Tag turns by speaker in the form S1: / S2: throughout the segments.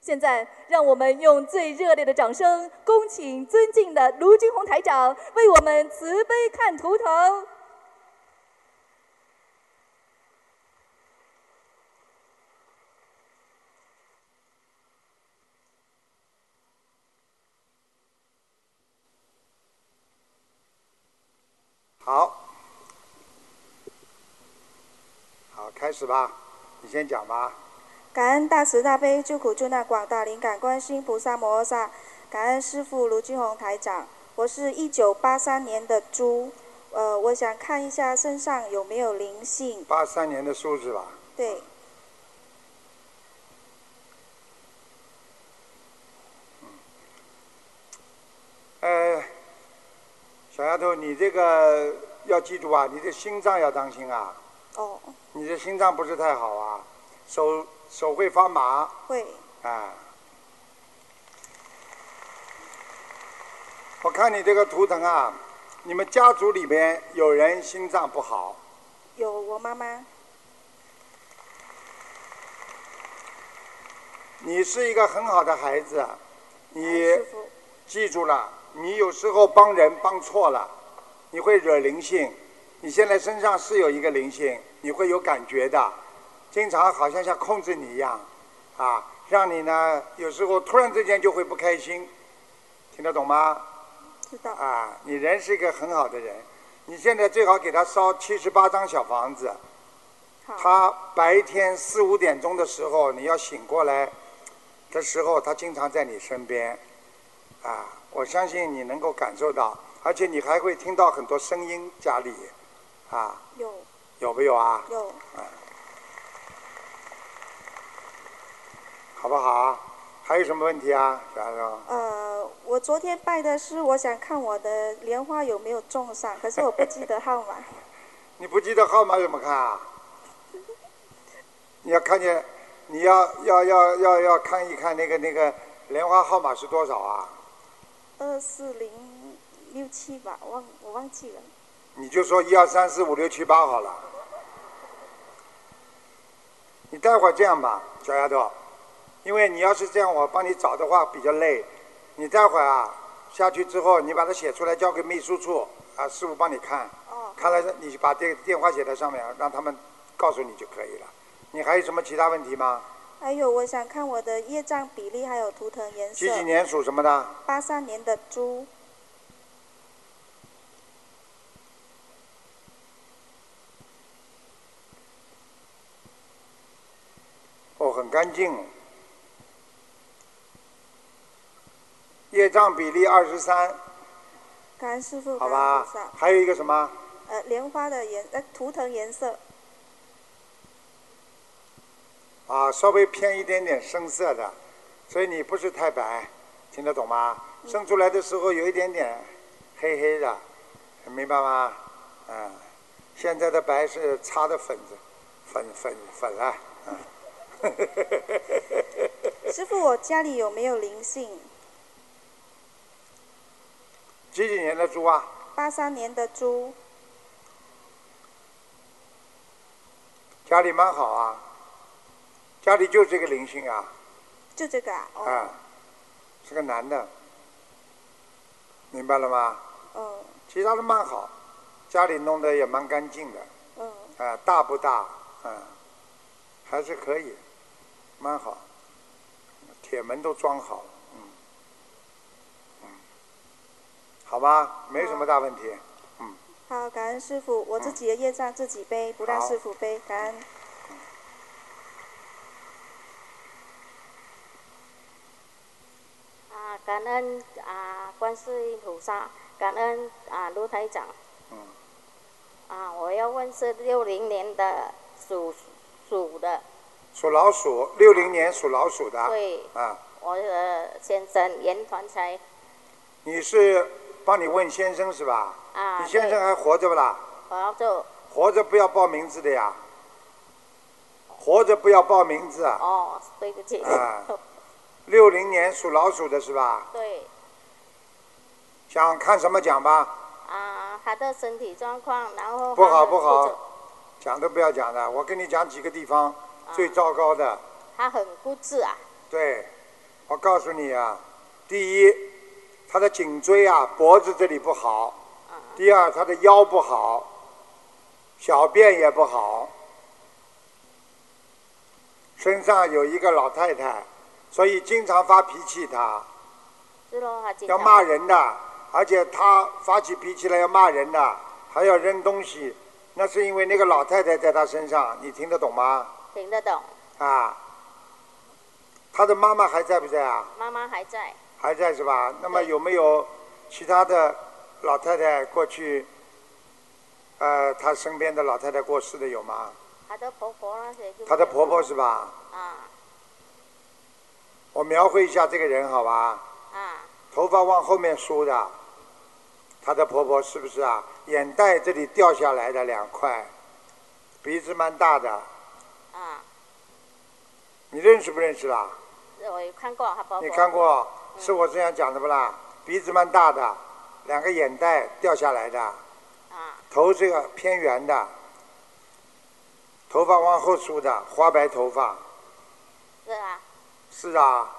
S1: 现在，让我们用最热烈的掌声，恭请尊敬的卢军红台长为我们慈悲看图腾。
S2: 好，好，开始吧，你先讲吧。
S3: 感恩大慈大悲救苦救难广大灵感观世音菩萨摩诃萨，感恩师父卢俊宏台长。我是一九八三年的猪，呃，我想看一下身上有没有灵性。
S2: 八三年的数字吧，
S3: 对，
S2: 呃，小丫头，你这个要记住啊，你这心脏要当心啊，
S3: 哦，
S2: 你这心脏不是太好啊，手手会发麻
S3: 会，
S2: 啊。我看你这个图腾啊，你们家族里面有人心脏不好，
S3: 有我妈妈，
S2: 你是一个很好的孩子，
S3: 感
S2: 你
S3: 哎恩师父，
S2: 记住了，你有时候帮人帮错了，你会惹灵性。你现在身上是有一个灵性，你会有感觉的，经常好像像控制你一样，啊，让你呢有时候突然之间就会不开心，听得懂吗？
S3: 知道，
S2: 啊，你人是一个很好的人，你现在最好给他烧七十八张小房子，
S3: 好，
S2: 他白天四五点钟的时候，你要醒过来的时候，他经常在你身边，啊，我相信你能够感受到，而且你还会听到很多声音，家里，啊，
S3: 有
S2: 有没有啊？
S3: 有，
S2: 好不好啊？还有什么问题啊，小丫头？
S3: 呃，我昨天拜的是，我想看我的莲花有没有中上，可是我不记得号码，
S2: 你不记得号码怎么看啊？你要看见，你要要要要要看一看那个那个莲花号码是多少啊？
S3: 二四零六七吧，忘我忘记了，
S2: 你就说一二三四五六七八好了。你待会儿这样吧，小丫头，因为你要是这样，我帮你找的话比较累。你待会儿啊，下去之后你把它写出来，交给秘书处啊，师傅帮你看。
S3: 哦，
S2: 看了你把这个电话写在上面，让他们告诉你就可以了。你还有什么其他问题吗？
S3: 还有，我想看我的业障比例，还有图腾颜
S2: 几几
S3: 色。
S2: 年属什么的？
S3: 八三年的猪，
S2: 哦，很干净。业障比例二十三，
S3: 感恩师傅，
S2: 好
S3: 感
S2: 吧
S3: 恩菩萨。？
S2: 还有一个什么？
S3: 呃，莲花的颜，呃，图腾颜色，
S2: 啊，稍微偏一点点深色的，所以你不是太白，听得懂吗？生出来的时候有一点点黑黑的，明白吗？嗯，现在的白是擦的粉子，粉粉粉了。啊
S3: 师傅，我家里有没有灵性？
S2: 几几年的猪啊？
S3: 八三年的猪，
S2: 家里蛮好啊，家里就这个灵性啊，
S3: 就这个啊？哦，
S2: 啊，是个男的，明白了吗？
S3: 嗯
S2: 其他的蛮好，家里弄得也蛮干净的。
S3: 嗯，
S2: 啊，大不大？啊，还是可以，蛮好，铁门都装好了，嗯，嗯，好吧，没什么大问题。
S3: 好，感恩师傅，我自己的业障自己背，不让
S2: 好
S3: 师傅背，感恩。
S4: 啊，感恩啊，观世音菩萨，感恩啊，卢台长。
S2: 嗯。
S4: 啊，我要问是六零年的属鼠的，
S2: 属老鼠，六零年属老鼠的，
S4: 对，
S2: 啊，
S4: 我的先生严团才
S2: 你是帮你问先生是吧？
S4: 啊，
S2: 你先生还活着不啦？
S4: 对，我要做
S2: 活着不要报名字的呀，活着不要报名字。
S4: 哦，对不起，
S2: 啊六零年属老鼠的是吧？
S4: 对
S2: 想看什么讲吧，
S4: 啊，他的身体状况，然后
S2: 不
S4: 他
S2: 好
S4: 的
S2: 不好
S4: 这种，
S2: 讲都不要讲的。我跟你讲几个地方
S4: 啊
S2: 最糟糕的，
S4: 他很固执啊，
S2: 对，我告诉你啊，第一，他的颈椎啊、脖子这里不好；第二，他的腰不好，小便也不好。身上有一个老太太，所以经常发脾气她。
S4: 是咯，他经
S2: 要
S4: 常
S2: 骂人的，而且他发起脾气来要骂人的，还要扔东西，那是因为那个老太太在他身上，你听得懂吗？
S4: 听得懂。
S2: 啊，他的妈妈还在不在啊？
S4: 妈妈还在，
S2: 还在是吧？那么
S4: 对
S2: 有没有其他的老太太过去，呃，他身边的老太太过世的有吗？
S4: 她的婆婆那些就
S2: 她的
S4: 没有
S2: 婆婆是吧？
S4: 啊
S2: 我描绘一下这个人好吧？
S4: 啊
S2: 头发往后面梳的，她的婆婆是不是啊？眼袋这里掉下来的两块，鼻子蛮大的，
S4: 啊！
S2: 你认识不认识啦？
S4: 我有看过她婆婆，
S2: 你看过是我这样讲的不啦？鼻子蛮大的，两个眼袋掉下来的，
S4: 啊
S2: 头这个偏圆的，头发往后梳的，花白头发，
S4: 是啊
S2: 是啊。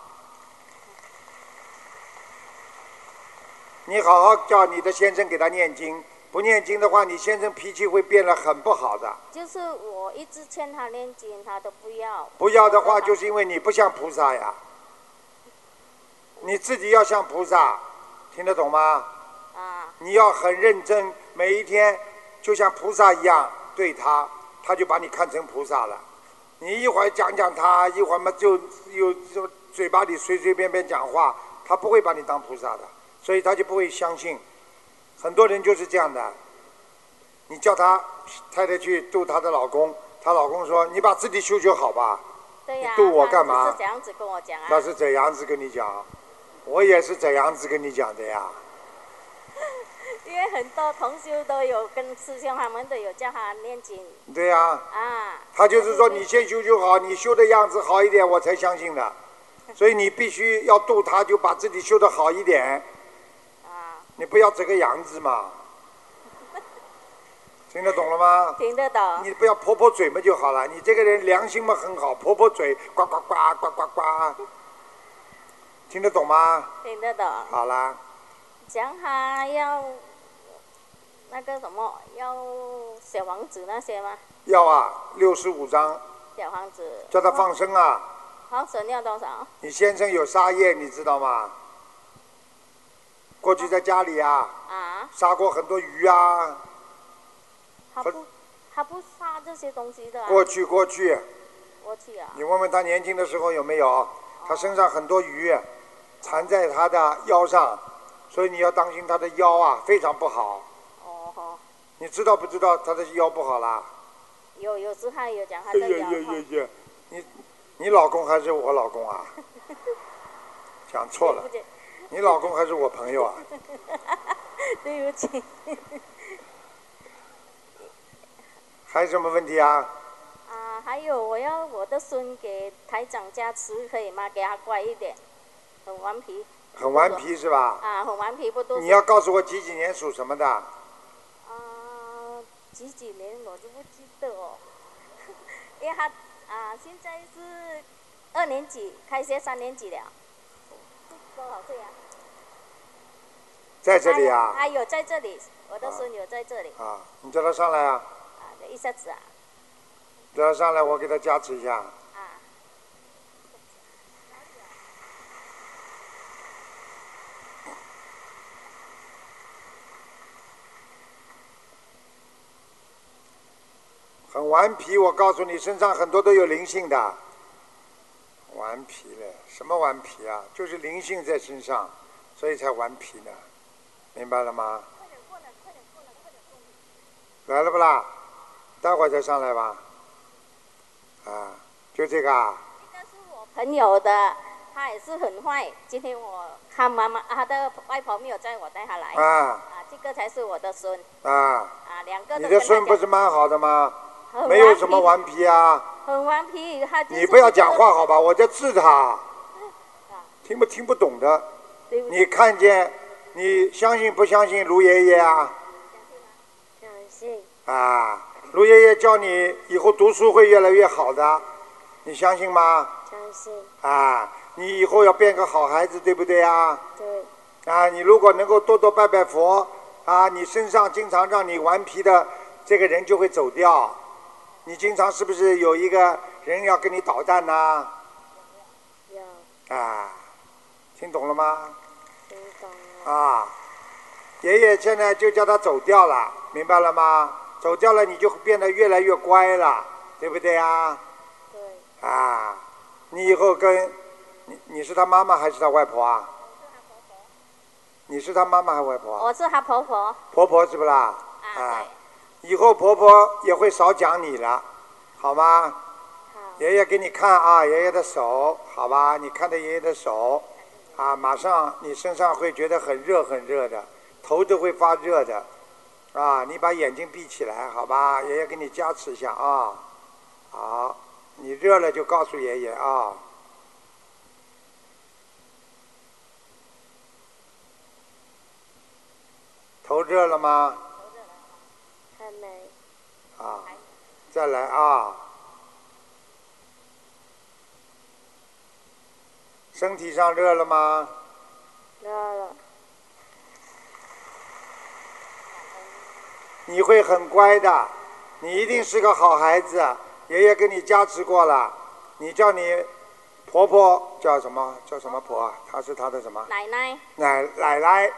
S2: 你好好叫你的先生给他念经，不念经的话，你先生脾气会变得很不好的。
S4: 就是我一直劝她念经，她都不要。
S2: 不要的话，就是因为你不像菩萨呀。你自己要像菩萨，听得懂吗？
S4: 啊
S2: 你要很认真，每一天就像菩萨一样对他，他就把你看成菩萨了。你一会儿讲讲他，一会儿嘛就又就嘴巴里随随便便讲话，他不会把你当菩萨的，所以他就不会相信。很多人就是这样的。你叫他太太去度她的老公，她老公说：“你把自己修修好吧。”
S4: 对呀、
S2: 你渡我
S4: 她
S2: 干嘛
S4: 就是这样子跟我讲
S2: 那
S4: 啊，
S2: 是怎样子跟你讲？我也是怎样子跟你讲的呀。
S4: 因为很多同修都有跟师兄他们都有叫她念经
S2: 对呀、
S4: 啊。
S2: 他就是说
S4: 她
S2: 你先修修好，你修的样子好一点，我才相信的。所以你必须要度他，就把自己修的好一点，
S4: 啊，
S2: 你不要这个样子嘛。听得懂了吗？
S4: 听得懂
S2: 你不要婆婆嘴嘛就好了。你这个人良心嘛很好，婆婆嘴呱呱呱呱呱呱，听得懂吗？
S4: 听得懂。
S2: 好啦，
S4: 讲他要那个什么，要小王子那些吗？
S2: 要啊，六十五章，
S4: 小王子
S2: 叫他放生啊。
S4: 黄神要多少？
S2: 你先生有杀业，你知道吗？过去在家里啊，
S4: 啊，
S2: 杀过很多鱼啊。
S4: 他
S2: 不
S4: 不，他不杀这些东西的、啊。
S2: 过去过去，
S4: 我去啊！
S2: 你问问他年轻的时候有没有，他身上很多鱼，缠在他的腰上，所以你要当心他的腰啊，非常不好。
S4: 哦吼，
S2: 你知道不知道他的腰不好啦？
S4: 有有时他有讲他
S2: 哎
S4: 的
S2: 呀
S4: 摇
S2: 呀
S4: 晃
S2: 呀呀！你你老公还是我老公啊？讲错了
S4: 对不，起，
S2: 你老公还是我朋友啊？
S4: 对不起
S2: 还有什么问题啊？
S4: 啊！还有，我要我的孙给台长加持可以吗？给他乖一点，很顽皮
S2: 很顽皮是吧？
S4: 啊，很顽皮不多。
S2: 你要告诉我几几年属什么的？
S4: 啊，几几年我就不记得哦， 因为他啊，现在是二年级，开学三年级了，多少岁啊？
S2: 在这里啊
S4: 他有在这里，哎我的孙有在这里
S2: 啊！你叫他上来啊！
S4: 啊，一下子啊
S2: 叫他上来，我给他加持一下。
S4: 啊，
S2: 很顽皮，我告诉你，身上很多都有灵性的。顽皮嘞，什么顽皮啊？就是灵性在身上，所以才顽皮呢，明白了吗？来了不啦？待会儿再上来吧。啊，就这个啊。
S4: 一个是我朋友的，他也是很坏。今天我他妈妈他的外婆没有在我带他来
S2: 啊
S4: 啊，这个才是我的孙
S2: 啊，
S4: 啊，两个
S2: 你
S4: 都跟
S2: 的
S4: 他
S2: 孙不
S4: 讲
S2: 是蛮好的吗？
S4: 很
S2: 没有什么
S4: 皮
S2: 顽皮啊。
S4: 很顽皮，他就是
S2: 你不要讲
S4: 这个
S2: 话好吧，我在治他，听不听不懂的。
S4: 对不起
S2: 你看见，你相信不相信卢爷爷啊？
S4: 相信
S2: 啊，卢爷爷教你以后读书会越来越好的，你相信吗？
S4: 相很深。
S2: 啊，你以后要变个好孩子，对不对啊？
S4: 对，
S2: 啊，你如果能够多多拜拜佛，啊，你身上经常让你顽皮的这个人就会走掉。你经常是不是有一个人要跟你捣蛋呐、啊？
S4: 有
S2: 听懂了吗？
S4: 听懂了。
S2: 啊，爷爷现在就叫他走掉了，明白了吗？走掉了，你就变得越来越乖了，对不对啊？
S4: 对，
S2: 啊，你以后跟你你是他妈妈还是他外婆啊？你是他妈妈还是外婆啊？
S4: 我是她婆婆。
S2: 婆婆是不啦？
S4: 啊，
S2: 以后婆婆也会少讲你了，好吗？爷爷给你看啊，爷爷的手，好吧？你看着爷爷的手，啊，马上你身上会觉得很热很热的，头都会发热的，啊，你把眼睛闭起来，好吧？爷爷给你加持一下啊，好，你热了就告诉爷爷啊。头热了吗？
S4: 还没。
S2: 啊，再来啊！身体上热了吗？
S4: 热了，
S2: 你会很乖的，你一定是个好孩子。啊爷爷给你加持过了，你叫你婆婆叫什么？叫什么婆啊？她是她的什么？
S4: 奶奶
S2: 奶奶奶，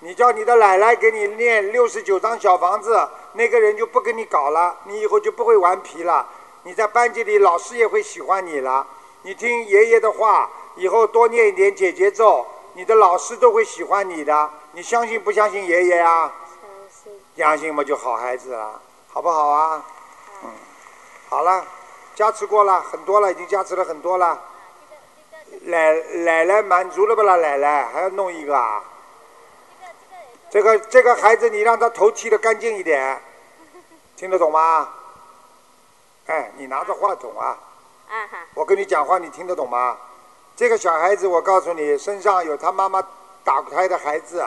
S2: 你叫你的奶奶给你念六十九张小房子，那个人就不跟你搞了，你以后就不会顽皮了。你在班级里，老师也会喜欢你了。你听爷爷的话，以后多念一点姐姐咒，你的老师都会喜欢你的。你相信不相信爷爷啊？
S4: 相信。
S2: 相信嘛，就好孩子了，好不好啊？嗯，好了，加持过了很多了，已经加持了很多了。奶奶奶满足了不啦？奶奶还要弄一个啊？这个这个孩子，你让他头剃的干净一点，听得懂 吗？哎，你拿着话筒啊，
S4: 啊哈，
S2: 我跟你讲话，你听得懂吗？这个小孩子，我告诉你，身上有他妈妈打过胎的孩子，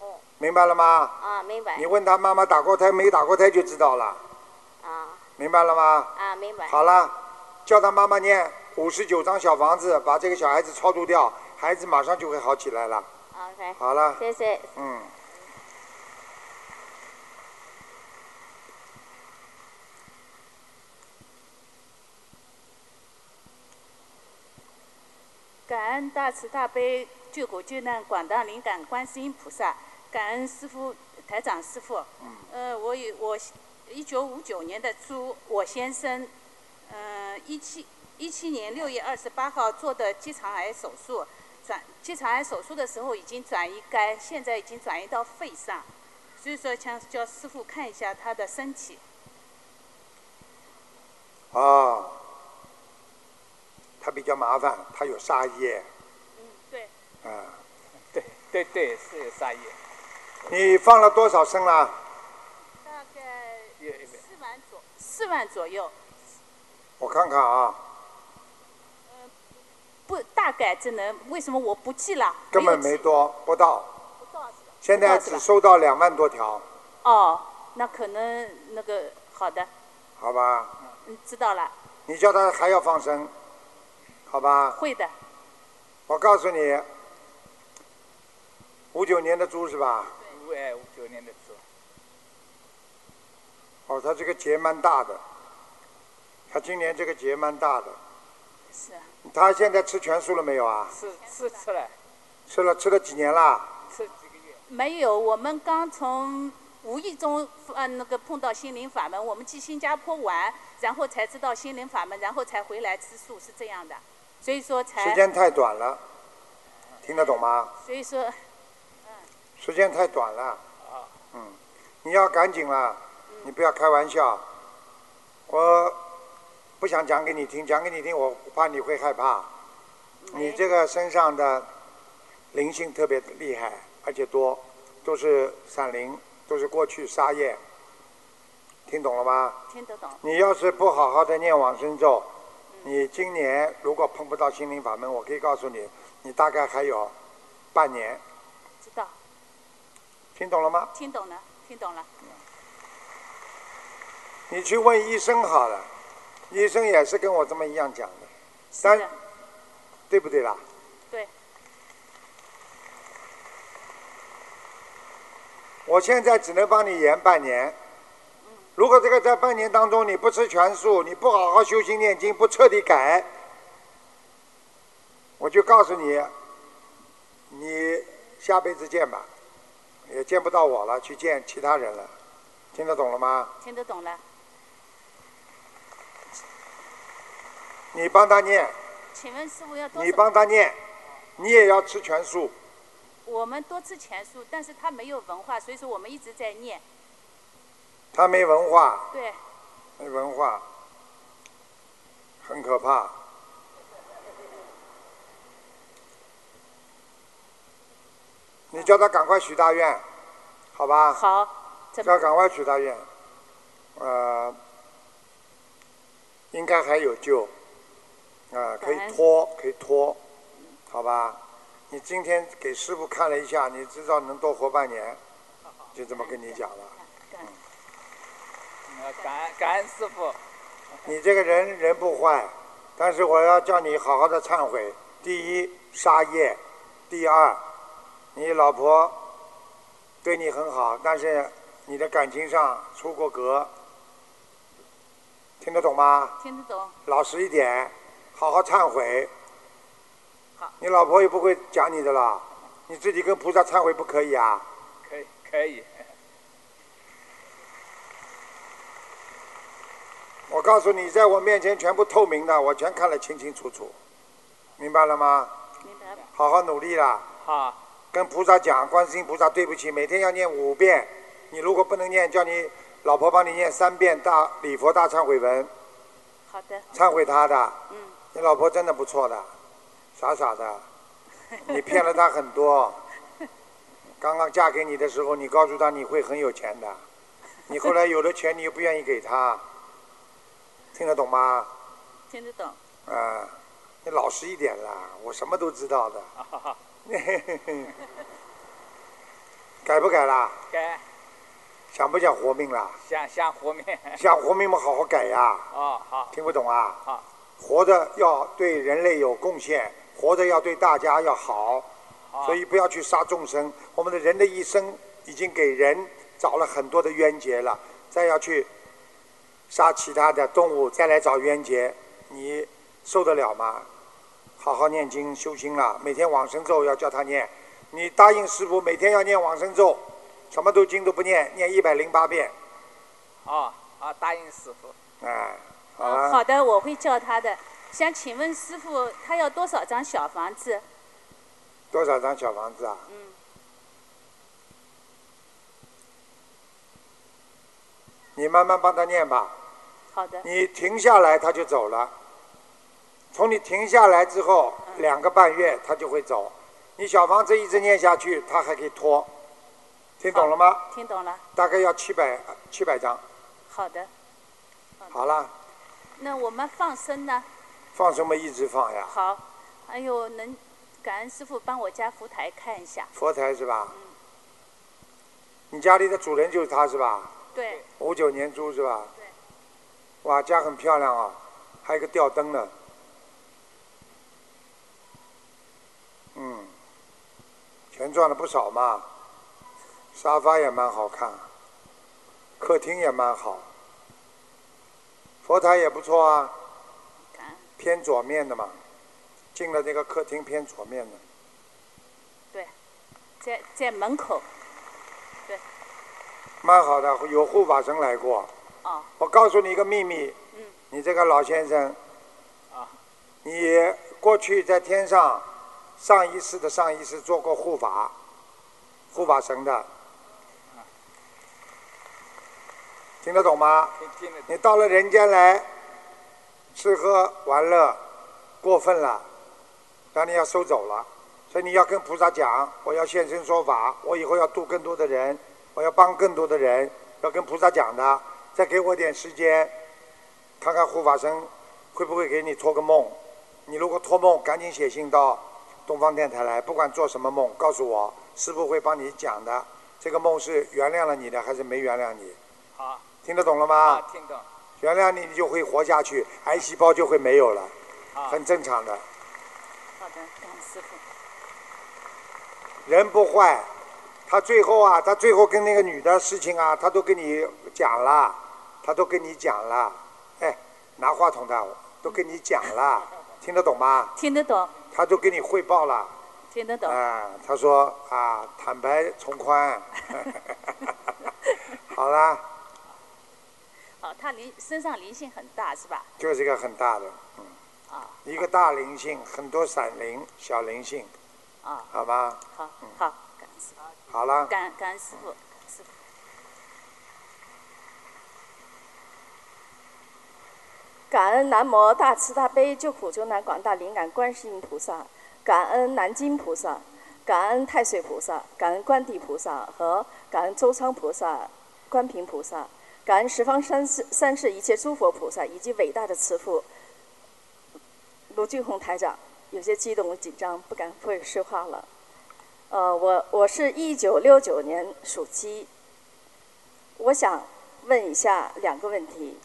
S4: 哦，
S2: 明白了吗？
S4: 啊，明白
S2: 你。问他妈妈打过胎没打过胎就知道了，
S4: 啊
S2: 明白了吗？
S4: 啊，明白。
S2: 好了，叫他妈妈念五十九张小房子，把这个小孩子超度掉，孩子马上就会好起来了。
S4: ，OK，
S2: 好了，
S4: 谢谢。
S2: 嗯。
S5: 感恩大慈大悲救苦救难广大灵感观世音菩萨，感恩师傅台长师傅。呃，我有我一九五九年的猪，我先生，呃，一七一七年六月二十八号做的结肠癌手术，转结肠癌手术的时候已经转移该，现在已经转移到肺上，所以说想叫师傅看一下他的身体。
S2: 啊，他比较麻烦，他有杀业
S5: 嗯，对，
S2: 啊。
S6: 对对对，是有杀业，
S2: 你放了多少声啦？
S5: 大概
S6: 有有没有？
S5: 四万左四万左右，
S2: 我看看啊，
S5: 不大概只能为什么我不记了？
S2: 根本
S5: 有
S2: 没
S5: 记
S2: 多不到，
S5: 不到是吧
S2: 现在
S5: 不到是
S2: 只
S5: 吧
S2: 收到两万多条，
S5: 哦，那可能那个好的，
S2: 好吧？
S5: 嗯，知道了，
S2: 你叫他还要放生，好吧？
S5: 会的，
S2: 我告诉你，五九年的猪是吧？
S6: 五哎五九年的猪，
S2: 哦，它这个结蛮大的，它今年这个结蛮大的。
S5: 是
S2: 它现在吃全素了没有啊？
S6: 吃吃吃了，
S2: 吃了，吃了几年啦？
S6: 吃几个月，
S5: 没有。我们刚从无意中呃那个碰到心灵法门，我们去新加坡玩，然后才知道心灵法门，然后才回来吃素，是这样的。所以说
S2: 时
S5: 才，
S2: 间太短了，听得懂吗？
S5: 所以说
S2: 时间太短了。嗯，你要赶紧了，你不要开玩笑。我不想讲给你听，讲给你听，我怕你会害怕。你这个身上的灵性特别厉害，而且多，都是闪灵，都是过去杀业。听懂了吗？
S5: 听得懂。
S2: 你要是不好好的念往生咒，你今年如果碰不到心灵法门，我可以告诉你，你大概还有半年。
S5: 知道，
S2: 听懂了吗？
S5: 听懂了，听懂了。
S2: 你去问医生好了，医生也是跟我这么一样讲的。
S7: 是
S2: 但
S7: 的，
S2: 对不对啦？
S7: 对，
S2: 我现在只能帮你延半年。如果这个在半年当中你不吃全素，你不好好修心念经，不彻底改，我就告诉你，你下辈子见吧，也见不到我了，去见其他人了，听得懂了吗？
S7: 听得懂了。
S2: 你帮他念，
S7: 请问师傅要多
S2: 你
S7: 少？
S2: 帮他念，你也要吃全素。
S7: 我们多吃前素，但是他没有文化，所以说我们一直在念。
S2: 他没文化，
S7: 对，
S2: 没文化，很可怕。你叫他赶快许大愿，好吧？
S7: 好，怎
S2: 叫
S7: 么
S2: 他赶快许大愿，呃，应该还有救，啊、可以
S7: 感恩
S2: 拖，可以拖，好吧？你今天给师傅看了一下，你知道能多活半年，就这么跟你讲了。
S5: 呃感恩感恩师傅，
S2: 你这个人人不坏，但是我要叫你好好的忏悔。第一，杀业；第二，你老婆对你很好，但是你的感情上出过格，听得懂吗？
S7: 听得懂？
S2: 老实一点，好好忏悔
S7: 好。
S2: 你老婆也不会讲你的啦，你自己跟菩萨忏悔不可以啊？
S5: 可以可以，
S2: 我告诉你，在我面前全部透明的，我全看得清清楚楚，明白了吗？
S7: 明白了。
S2: 好好努力啦。
S5: 好，
S2: 跟菩萨讲，观世音菩萨，对不起，每天要念五遍。你如果不能念，叫你老婆帮你念三遍大礼佛大忏悔文，
S7: 好的，
S2: 忏悔他的。
S7: 嗯。
S2: 你老婆真的不错的，傻傻 的，你骗了她很多。刚刚嫁给你的时候，你告诉她你会很有钱的，你后来有了钱，你又不愿意给她，听得懂吗？
S7: 听得懂。
S2: 啊、你老实一点啦，我什么都知道的。
S5: 啊
S2: 改不改啦？
S5: 该
S2: 想不想活命啦？
S5: 想想活命，
S2: 想活命嘛，好好改呀、
S5: 哦好，
S2: 听不懂啊？
S5: 好
S2: 活着要对人类有贡献，活着要对大家要好，
S7: 啊
S5: 好
S2: 所以不要去杀众生。我们的人的一生已经给人找了很多的冤结了，再要去杀其他的动物，再来找冤结，你受得了吗？好好念经修心啦，每天往生咒要叫他念。你答应师傅每天要念往生咒，什么都经都不念，念一百零八遍，
S5: 哦好，答应师傅，
S2: 哎、好了。
S7: 嗯，好的，我会叫他的。想请问师傅，他要多少张小房子？
S2: 多少张小房子啊？
S7: 嗯。
S2: 你慢慢帮他念吧，
S7: 好的，
S2: 你停下来他就走了。从你停下来之后，两个半月他就会走。你小房子一直念下去，他还可以拖，听懂了吗？
S7: 听懂了。
S2: 大概要七百七百张。
S7: 好的，
S2: 好了，
S7: 那我们放生呢？
S2: 放什么一直放呀？
S7: 好，哎呦，能感恩师傅帮我家福台看一下。
S2: 佛台是吧？你家里的主人就是他是吧？
S7: 对，
S2: 五九年猪是吧？
S7: 对。
S2: 哇，家很漂亮啊，还有一个吊灯呢。嗯，钱赚了不少嘛，沙发也蛮好看，客厅也蛮好，佛台也不错啊，
S7: 感恩
S2: 偏左面的嘛，进了这个客厅偏左面的。
S7: 在在门口。
S2: 蛮好的，有护法神来过。
S7: 哦
S2: 我告诉你一个秘密。
S7: 嗯
S2: 你这个老先生。
S5: 啊。
S2: 你过去在天上，上一世的上一世做过护法，护法神的。听得懂吗？
S5: 听听得懂
S2: 你到了人间来，吃喝玩乐过分了，让你要收走了，所以你要跟菩萨讲，我要现身说法，我以后要度更多的人，我要帮更多的人，要跟菩萨讲的，再给我点时间，看看护法神会不会给你托个梦。你如果托梦，赶紧写信到东方电台来，不管做什么梦，告诉我，师傅会帮你讲的。这个梦是原谅了你的，还是没原谅你？
S5: 好，
S2: 听得懂了吗？
S5: 啊，听懂，
S2: 原谅你，你就会活下去，癌细胞就会没有了。
S5: 啊
S2: 很正常的。
S7: 好的，感恩师傅。
S2: 人不坏，他最后啊，他最后跟那个女的事情啊，他都跟你讲了，他都跟你讲了，哎，拿话筒的都跟你讲了，听得懂吗？
S7: 听得懂，
S2: 他都跟你汇报了，
S7: 听得
S2: 啊、
S7: 懂。
S2: 他说啊，坦白从宽， 好啦，
S7: 哦，他灵身上灵性很大是吧？
S2: 就是一个很大的，嗯，
S7: 啊
S2: 一个大灵性，很多散灵、小灵性，
S7: 啊，
S2: 好吗？
S7: 好好，感恩师傅，
S2: 好啦，
S7: 感感恩师傅，师傅。
S1: 感恩南无大慈大悲救苦救难广大灵感观世音菩萨，感恩南京菩萨，感恩太岁菩萨，感恩观地菩萨和感恩周仓菩萨、观平菩萨，感恩十方三世三世一切诸佛菩萨以及伟大的慈父卢俊宏台长。有些激动紧张，不敢会说话了。呃，我我是一九六九年属鸡，我想问一下两个问题。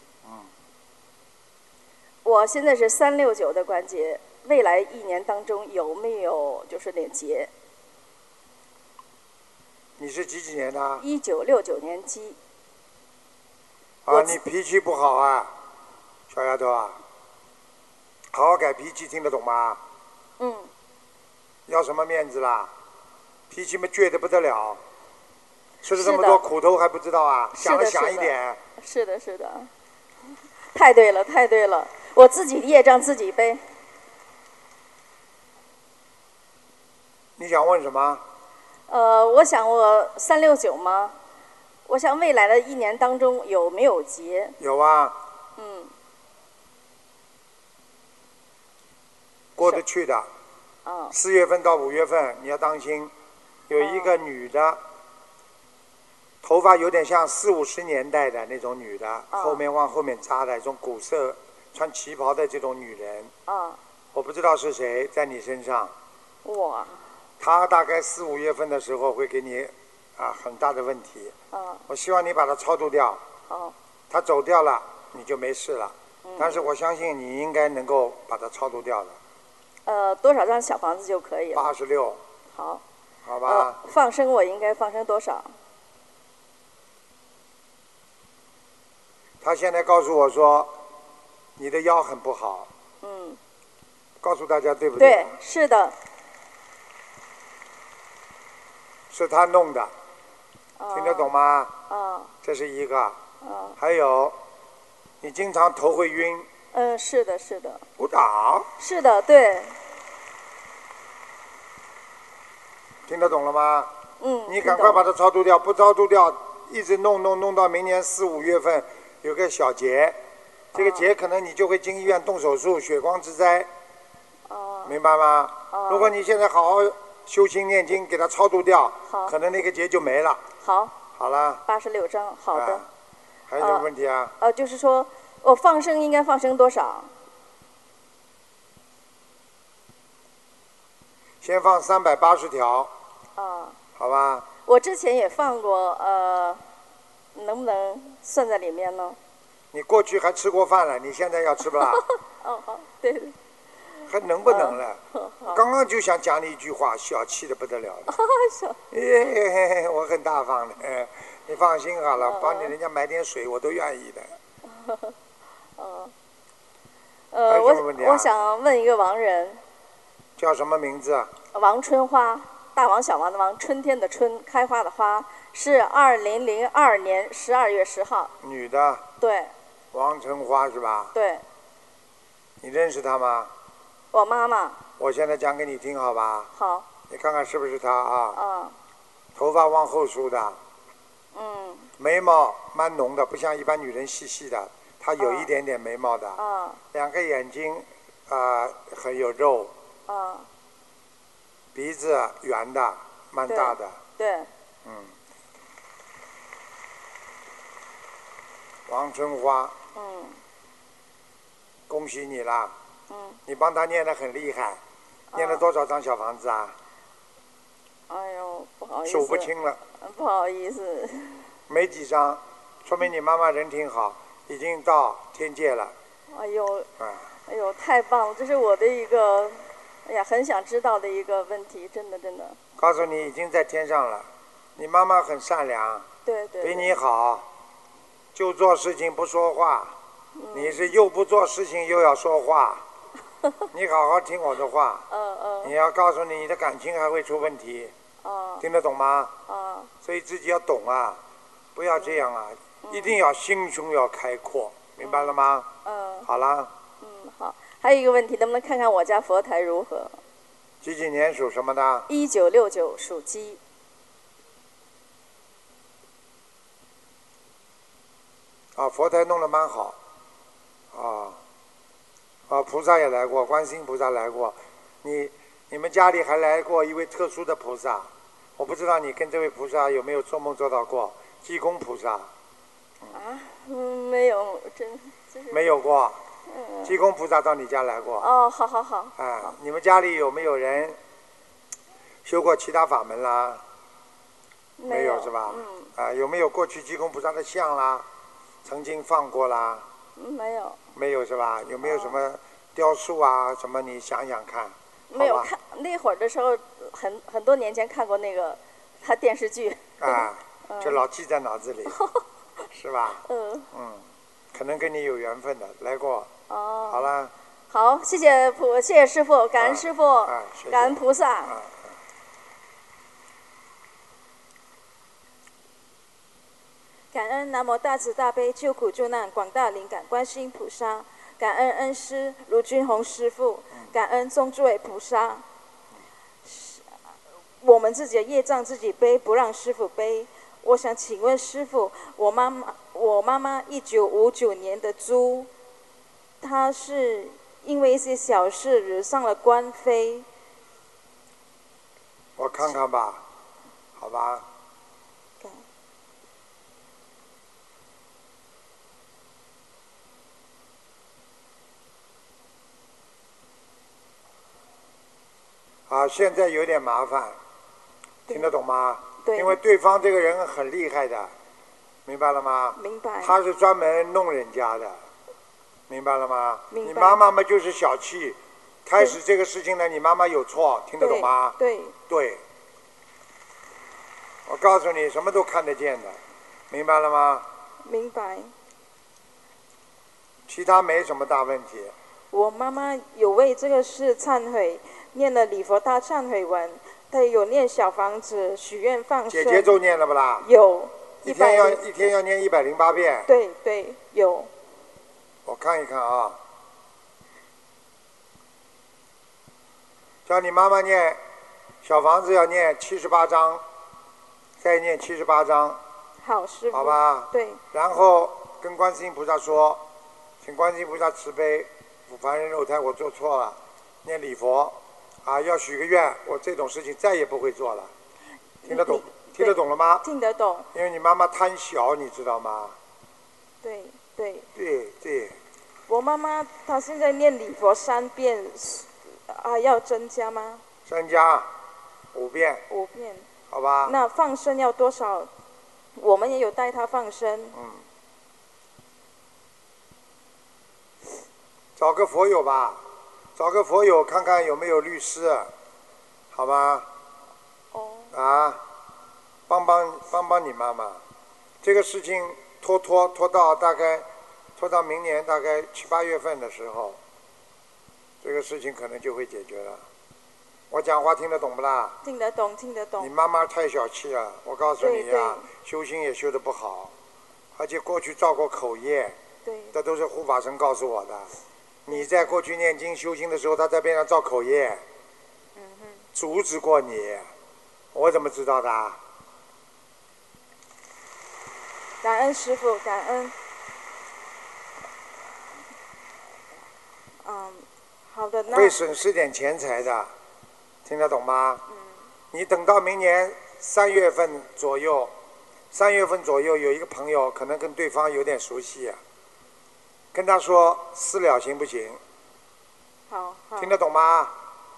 S1: 我现在是三六九的关节，未来一年当中有没有就是那结？
S2: 你是几几年的啊？
S1: 一九六九年鸡，
S2: 啊，
S1: 我自
S2: 你脾气不好啊，小丫头啊，好好改脾气，听得懂吗？
S1: 嗯，
S2: 要什么面子啦？脾气嘛倔得不得了，吃了
S1: 是
S2: 这么
S1: 的
S2: 多苦头还不知道啊？
S1: 是
S2: 想了
S1: 的
S2: 想
S1: 是
S2: 一
S1: 的
S2: 点，
S1: 是的，是的，太对了，太对了，我自己的业障自己背。
S2: 你想问什么？
S1: 呃，我想我三六九吗？我想未来的一年当中有没有结？
S2: 有啊，
S1: 嗯，
S2: 过得去的。
S1: 啊，
S2: 四月份到五月份你要当心，有一个女
S1: 嗯
S2: 的，头发有点像四五十年代的那种女的，
S1: 哦
S2: 后面往后面扎的，一种古色穿旗袍的这种女人，
S1: 啊，
S2: 我不知道是谁在你身上。
S1: 我，
S2: 他大概四五月份的时候会给你啊很大的问题。
S1: 啊，
S2: 我希望你把它超度掉。
S1: 好，嗯
S2: 他走掉了，你就没事了。但是我相信你应该能够把它超度掉的。
S1: 呃，多少张小房子就可以了？
S2: 八十六，
S1: 好，
S2: 好
S1: 呃
S2: 吧？，
S1: 放生我应该放生多少？
S2: 他现在告诉我说，你的腰很不好，
S1: 嗯，
S2: 告诉大家对不
S1: 对，是的，
S2: 是他弄的，
S1: 啊
S2: 听得懂吗？
S1: 啊
S2: 这是一个。
S1: 啊，
S2: 还有，你经常头会晕，
S1: 嗯，是的，是的，
S2: 鼓掌，
S1: 是的，对，
S2: 听得懂了吗？
S1: 嗯，
S2: 你赶快把
S1: 它，
S2: 它超度掉，不超度掉，一直弄弄弄到明年四五月份有个小结，这个结可能你就会进医院动手术，血光之灾，
S1: 哦
S2: 明白吗？如果你现在好好修心念经，给它超度掉
S1: 好，
S2: 可能那个结就没了。
S1: 好，
S2: 好了，
S1: 八十六张，好
S2: 啊
S1: 的，，
S2: 还有什么问题啊？
S1: 呃，就是说我放生应该放生多少？
S2: 先放三百八十条，
S1: 啊，
S2: 好吧？
S1: 我之前也放过，呃，能不能算在里面呢？
S2: 你过去还吃过饭了，你现在要吃不 啦？
S1: 哦，好，对，对
S2: 还能不能了？
S1: 好嗯好，
S2: 刚 刚就想讲你一句话，小气的不得了了。
S1: 小
S2: 耶， 我很大方的，哎你放心好了，帮你人家买点水我都愿意的。还
S1: 哦呃，
S2: 有
S1: 我
S2: 什么问题啊
S1: 我想问一个亡人，
S2: 叫什么名字啊？
S1: 王春花，大王小王的王，春天的春，开花的花，是二零零二年十二月十号，
S2: 女的，
S1: 对
S2: 王成花是吧？
S1: 对，
S2: 你认识她吗？
S1: 我妈妈，
S2: 我现在讲给你听好吧，
S1: 好，
S2: 你看看是不是她啊？
S1: 啊，
S2: 头发往后梳的，
S1: 嗯，
S2: 眉毛蛮浓的，不像一般女人细细的，她有
S1: 啊
S2: 一点点眉毛
S5: 嗯
S2: 的，
S7: 哦
S1: 啊
S2: 两个眼睛啊、很有肉，
S1: 啊，
S2: 鼻子圆的，蛮
S1: 对
S2: 大的。
S1: 对，
S2: 嗯王春花，
S1: 嗯
S2: 恭喜你啦！
S1: 嗯，
S2: 你帮她念得很厉害，念了多少张小房子啊？
S1: 哎呦，不好意思，
S2: 数不清了，
S1: 不好意思，
S2: 没几张，说明你妈妈人挺好，已经到天界了。
S1: 哎呦，
S2: 啊，
S1: 哎呦，太棒了！这是我的一个，哎呀，很想知道的一个问题，真的真的，
S2: 告诉你已经在天上了。你妈妈很善良，
S1: 对
S2: 对
S1: 对对
S2: 你好，就做事情不说话。
S1: 嗯
S2: 你是又不做事情又要说 话，你好好听我的话。
S1: 嗯嗯
S2: 你要告诉你，你的感情还会出问题，
S1: 嗯
S2: 听得懂吗？
S1: 嗯，
S2: 所以自己要懂啊，不要这样啊，一定要心胸要开阔，明白了吗？
S1: 嗯
S2: 好啦，
S1: 嗯，好。还有一个问题，能不能看看我家佛台如何？
S2: 几几年属什么的？
S1: 一九六九属鸡，
S2: 啊，佛台弄得蛮好，啊，啊，菩萨也来过，观世音菩萨来过，你你们家里还来过一位特殊的菩萨，我不知道你跟这位菩萨有没有做梦做到过，济公菩萨
S1: 嗯，没有，真真是
S2: 没有过，济公菩萨到你家来过，
S1: 哦，好好好，
S2: 啊，你们家里有没有人修过其他法门啦？没有
S1: 有
S2: 是吧
S1: 嗯
S2: 啊，有没有过去济公菩萨的像啦？曾经放过啦？
S1: 嗯，没有，
S2: 没有是吧？有没有什么雕塑啊？什么？你想想看。
S1: 没有
S2: 好吧
S1: 看那会儿的时候，很很多年前看过那个他电视剧，
S2: 啊，就老记在脑子里，是吧？
S1: 嗯，
S2: 嗯，可能跟你有缘分的，来过。
S1: 哦，
S2: 好了，
S1: 好，谢谢菩，谢谢师傅，感
S2: 啊
S1: 恩师傅，
S2: 啊谢谢
S1: 感恩菩萨。
S2: 啊，
S8: 感恩南无大慈大悲救苦救难广大灵感观世音菩萨，感恩恩师卢俊宏师傅，
S2: 嗯
S8: 感恩宗诸位菩萨。呃我们自己的业障自己背，不让师傅背。我想请问师傅，我妈妈，我妈妈一九五九年的猪，她是因为一些小事惹上了官非。
S2: 我看看吧，好吧。
S8: 感
S2: 啊，现在有点麻烦，听得懂吗？
S8: 对
S2: 因为对方这个人很厉害的，明白了吗？
S8: 明白
S2: 他是专门弄人家的，明白了吗？
S8: 明白
S2: 你妈妈嘛就是小气，开始这个事情呢，你妈妈有错，听得懂吗？
S8: 对，
S2: 对，我告诉你，什么都看得见的，明白了吗？
S8: 明白。
S2: 其他没什么大问题。
S8: 我妈妈有为这个事忏悔，念了礼佛大忏悔文，她也有念小房子许愿放生，
S2: 姐姐咒念了不啦？
S8: 有
S2: 一
S8: 一
S2: 天
S8: 百
S2: 要
S8: 零，
S2: 一天要念一百零八遍，
S8: 对对有，
S2: 我看一看啊。叫你妈妈念小房子要念七十八章，再念七十八章，
S8: 好师傅，
S2: 好吧？
S8: 对，
S2: 然后跟观世音菩萨说，请观世音菩萨慈悲，我凡人肉胎我做错了，念礼佛，啊，要许个愿，我这种事情再也不会做了，听得懂
S8: 你？
S2: 听得懂了吗？
S8: 听得懂，
S2: 因为你妈妈贪小，你知道吗？
S8: 对对，
S2: 对对，
S8: 我妈妈她现在念礼佛三遍，啊要增加吗？
S2: 三加五遍，
S8: 五遍，
S2: 好吧？
S8: 那放生要多少？我们也有带她放生，
S2: 嗯找个佛友吧，找个佛友看看有没有律师，好吧？
S8: 哦，
S2: 啊，帮帮帮帮你妈妈，这个事情拖拖拖到大概拖到明年大概七八月份的时候，这个事情可能就会解决了。我讲话听得懂不啦？
S8: 听得懂听得
S2: 你
S8: 懂，
S2: 妈妈太小气了，我告诉你
S8: 对对
S2: 啊，修心也修得不好，而且过去造过口业，
S8: 对
S2: 这都是护法神告诉我的。你在过去念经修心的时候，他在边上造口业，阻止过你，我怎么知道的啊？
S8: 感恩师傅，感恩。嗯，好的，那
S2: 会损失点钱财的，听得懂吗？你等到明年三月份左右，三月份左右有一个朋友可能跟对方有点熟悉、啊，跟他说私了行不行？
S8: 好好
S2: 听，得懂吗？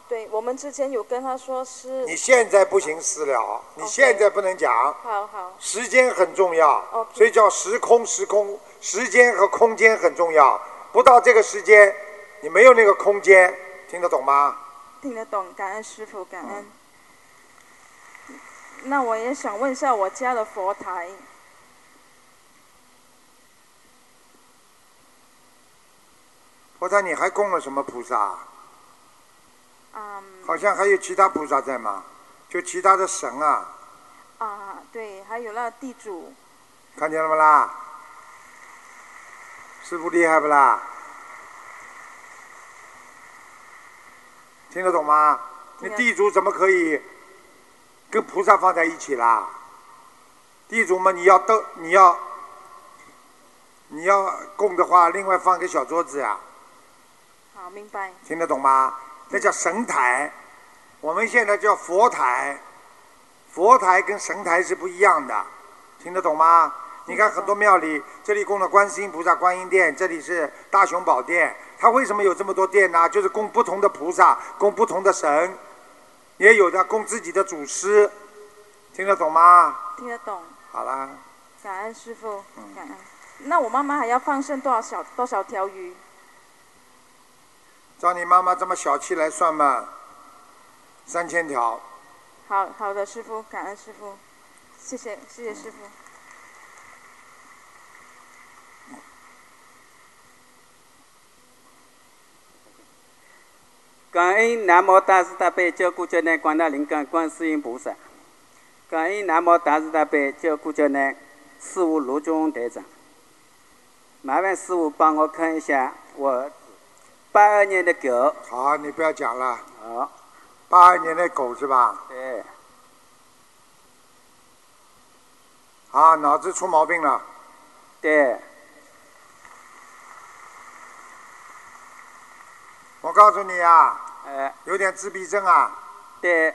S8: 对我们之前有跟他说是
S2: 你，现在不行私了，你现在不能讲，
S8: 好好
S2: 时间很重要，
S8: OK
S2: 所以叫时空时空，时间和空间很重要。不到这个时间，你没有那个空间，听得懂吗？
S8: 听得懂，感恩师傅，感恩。
S2: 嗯
S8: 那我也想问一下我家的佛台，
S2: 佛台你还供了什么菩萨？
S8: 嗯
S2: 好像还有其他菩萨在吗？就其他的神啊，
S8: 啊，对，还有那地主，
S2: 看见了不啦？师傅厉害不啦？听得懂吗？你
S8: 听得
S2: 地主怎么可以跟菩萨放在一起啦？地主嘛，你要斗，你要你要供的话，另外放个小桌子呀、
S8: 好，明白，
S2: 听得懂吗？那叫神台，我们现在叫佛台，佛台跟神台是不一样的，听得懂吗？你看很多庙里，这里供了观世音菩萨、观音殿，这里是大雄宝殿。它为什么有这么多殿呢？就是供不同的菩萨，供不同的神，也有的供自己的祖师，听得懂吗？
S8: 听得懂，
S2: 好啦，
S8: 感恩师傅，
S2: 嗯
S8: 感恩。那我妈妈还要放生多少小多少条鱼？
S2: 照你妈妈这么小气来算嘛，三千条。
S8: 好好的，师傅，感恩师傅，谢谢谢谢师傅。
S9: 感恩南无大慈大悲救苦救难广大灵感观世音菩萨，感恩南无大慈大悲救苦救难师傅卢军宏台长。麻烦师傅帮我看一下我八二年的狗，
S2: 好，你不要讲了。
S9: 好，
S2: 八二年的狗是吧？
S9: 对，
S2: 啊，脑子出毛病了，
S9: 对，
S2: 我告诉你啊，
S9: 呃，
S2: 有点自闭症啊。
S9: 对，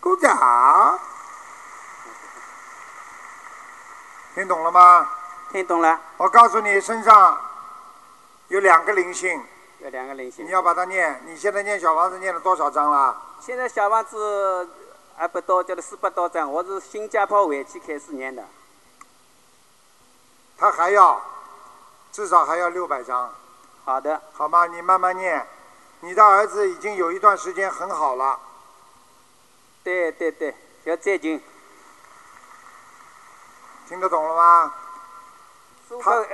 S2: 鼓掌，听懂了吗？
S9: 听懂了，
S2: 我告诉你，身上有两个灵性，
S9: 有两个灵性
S2: 你。要把它念。你现在念小房子念了多少章了？
S9: 现在小房子还不多，就是四百多张，我是新加坡回去开始念的，
S2: 他还要，至少还要六百章，
S9: 好的，
S2: 好吗？你慢慢念。你的儿子已经有一段时间很好了，
S9: 对对对，要最近。
S2: 听得懂了吗？
S9: 师傅
S2: 他
S9: 呃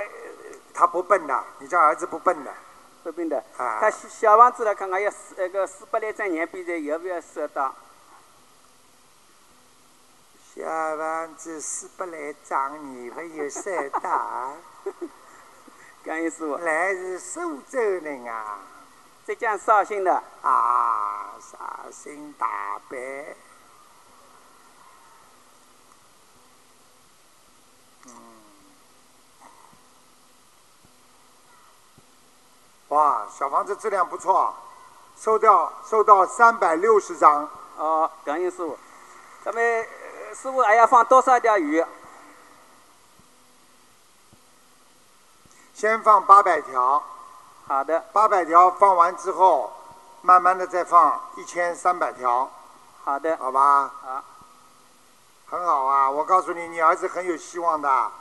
S2: 他不笨的，你这儿子不笨的。
S9: 不病的，
S2: 啊
S9: 他小小房子来看看要四那个四百来张年币的有不要收到？
S2: 小房子四百来张，你不有收到？
S9: 感恩师傅，
S2: 来自苏州人啊，
S9: 浙江绍兴的，
S2: 啊，绍兴大伯。嗯，哇，小房子质量不错，收掉收到三百六十张，
S9: 哦，感恩师傅。咱们呃师傅还要放多少条鱼？
S2: 先放八百条，
S9: 好的，
S2: 八百条放完之后，慢慢的再放一千三百条，
S9: 好的，
S2: 好吧？
S9: 好，
S2: 很好啊！我告诉你，你儿子很有希望的，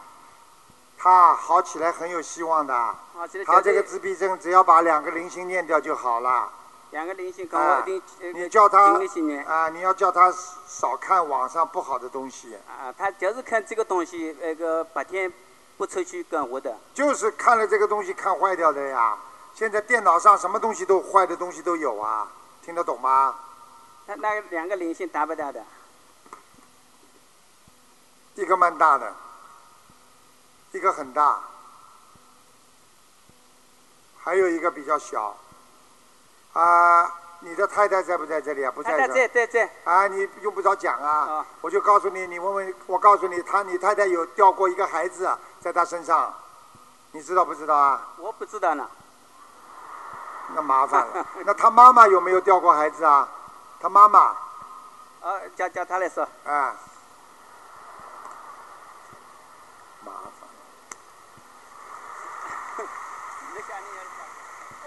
S2: 他好起来很有希望的。
S9: 好，现在
S2: 他
S9: 交
S2: 这个
S9: 给
S2: 自闭症，只要把两个零星念掉就好了。
S9: 两个灵性，跟
S2: 啊
S9: 我一定呃
S2: 你叫他
S9: 尽力去念
S2: 啊，你要叫他少看网上不好的东西，
S9: 啊，他就是看这个东西，呃那个白天不出去干活的，
S2: 就是看了这个东西看坏掉的呀。现在电脑上什么东西都坏的东西都有啊，听得懂吗？
S9: 那那两个灵性打不打的？
S2: 一个蛮大的，一个很大，还有一个比较小。啊，你的太太在不在这里啊？不
S9: 他
S2: 在
S9: 在
S2: 这
S9: 在
S2: 儿。
S9: 在在，
S2: 啊，你用不着讲啊
S9: 啊，
S2: 我就告诉你，你问问，我告诉你，他你太太有掉过一个孩子啊在他身上，你知道不知道啊？
S9: 我不知道呢。
S2: 那麻烦了。那他妈妈有没有掉过孩子啊？他妈妈，
S9: 啊，叫叫他来说，
S2: 啊，麻烦。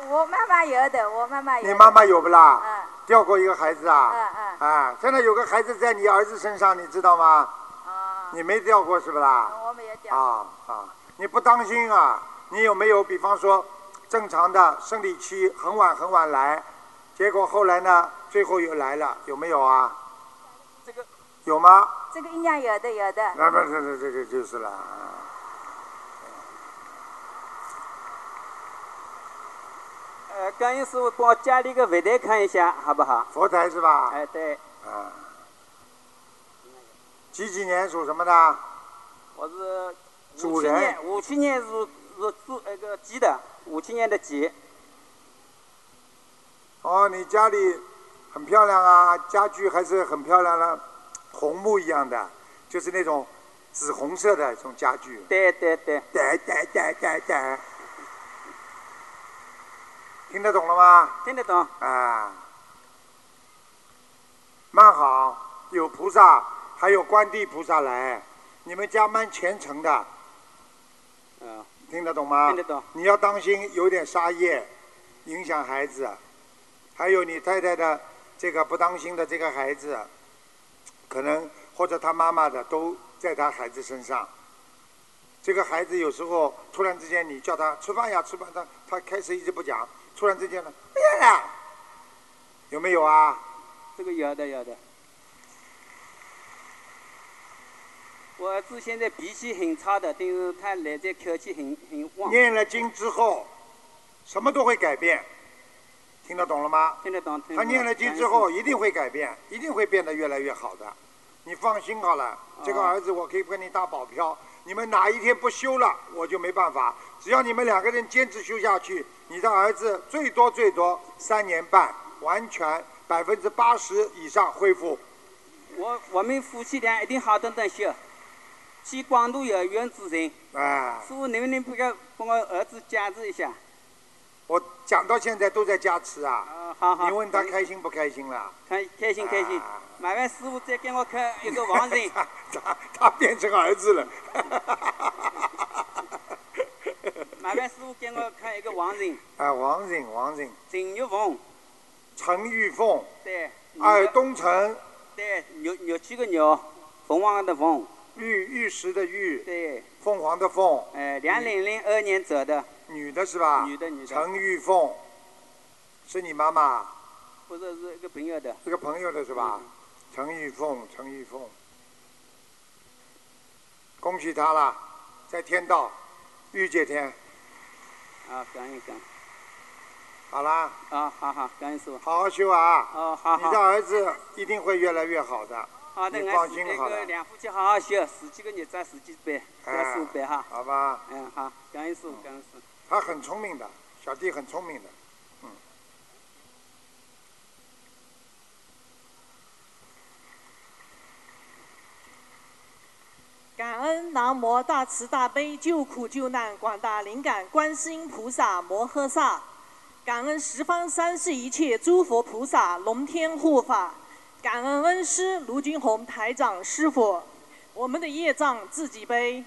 S10: 我妈妈有的，我妈妈有
S2: 嗯
S10: 的。
S2: 你妈妈有不啦？
S10: 嗯
S2: 掉过一个孩子啊，
S10: 嗯
S2: 啊，现在有个孩子在你儿子身上，你知道吗？
S10: 啊，
S2: 你没掉
S10: 嗯
S2: 过是不啦？
S10: 我没有掉。
S2: 啊啊啊，你不当心啊？你有没有比方说，正常的生理期很晚很晚来，结果后来呢，最后又来了，有没有啊？
S5: 这个
S2: 有吗？
S10: 这个印象有的有的，
S2: 那不这这这这就是了。啊
S9: 呃，观音师傅帮我家里个佛台看一下好不好？
S2: 佛台是吧？
S9: 哎，对，
S2: 啊。几几年属什么的？
S9: 我是
S2: 主
S9: 五七
S2: 人
S9: 年，五七年是是猪呃那个鸡的，五七年的鸡，
S2: 哦，你家里很漂亮啊，家具还是很漂亮的、啊红木一样的，就是那种紫红色的这种家具。
S9: 对对对，
S2: 对对对对对。听得懂了吗？
S9: 听得懂？
S2: 啊，蛮好，有菩萨，还有观地菩萨来，你们家蛮虔诚的，
S9: 嗯，
S2: 听得懂吗？
S9: 听得懂。
S2: 你要当心有点杀业，影响孩子，还有你太太的这个不当心的这个孩子，啊可能或者他妈妈的都在他孩子身上。这个孩子有时候突然之间你叫他吃饭呀吃饭，他他开始一直不讲，突然之间呢，不要了，有没有啊？
S9: 这个有的有的。我儿子现在脾气很差的，但是他来这口气很很旺，
S2: 念了经之后，什么都会改变，听得懂了吗？
S9: 听得懂？听得懂
S2: 他念了经之后，一定会改变，一定会变得越来越好的。你放心好了，这个
S9: 哦
S2: 儿子我可以跟你打保票。你们哪一天不修了，我就没办法。只要你们两个人坚持修下去，你的儿子最多最多三年半，完全百分之八十以上恢复。
S9: 我我们夫妻俩一定好等等修，去广度有缘之人。
S2: 哎，
S9: 师傅，能不能不要帮我儿子加持一下？
S2: 我讲到现在都在加持啊。
S9: 啊，好好。
S2: 你问他开心不开心了？
S9: 开哎开心开心
S2: 啊，。
S9: 麻烦师傅再给我看一个亡 人
S2: 他他他变成儿子了。
S9: 麻烦师傅给我看一个亡人，
S2: 哎，王景王景，
S9: 陈玉凤，
S2: 陈玉凤，
S9: 对，女的
S2: 哎，东城。
S9: 对，牛牛七个牛，凤凰的凤，
S2: 玉玉石的玉，
S9: 对，
S2: 凤凰的凤，
S9: 呃，两零零二年走的，
S2: 女的是吧？
S9: 女的女的
S2: 陈玉凤，是你妈妈
S9: 不是是一个朋友的，
S2: 这个朋友的是吧？陈玉凤，陈玉凤，恭喜她了，在天道，玉界天，
S9: 啊，感恩感恩，
S2: 好啦，
S9: 啊，好好，感恩师傅，
S2: 好好修啊，
S9: 哦，好
S2: 你的
S9: 好，
S2: 儿子一定会越来越好的，
S9: 好的，
S2: 你
S9: 俺
S2: 放
S9: 是
S2: 心
S9: 那
S2: 好了
S9: 个两夫妻好好修，十几个日子，十几杯，加十五杯哈，
S2: 好吧？
S9: 嗯，好，感恩师傅，感恩师傅。
S2: 他很聪明的，小弟很聪明的，嗯。
S11: 感恩南无大慈大悲救苦救难广大灵感观世音菩萨摩诃萨，感恩十方三世一切诸佛菩萨龙天护法，感恩恩师卢军宏台长师傅，我们的业障自己背，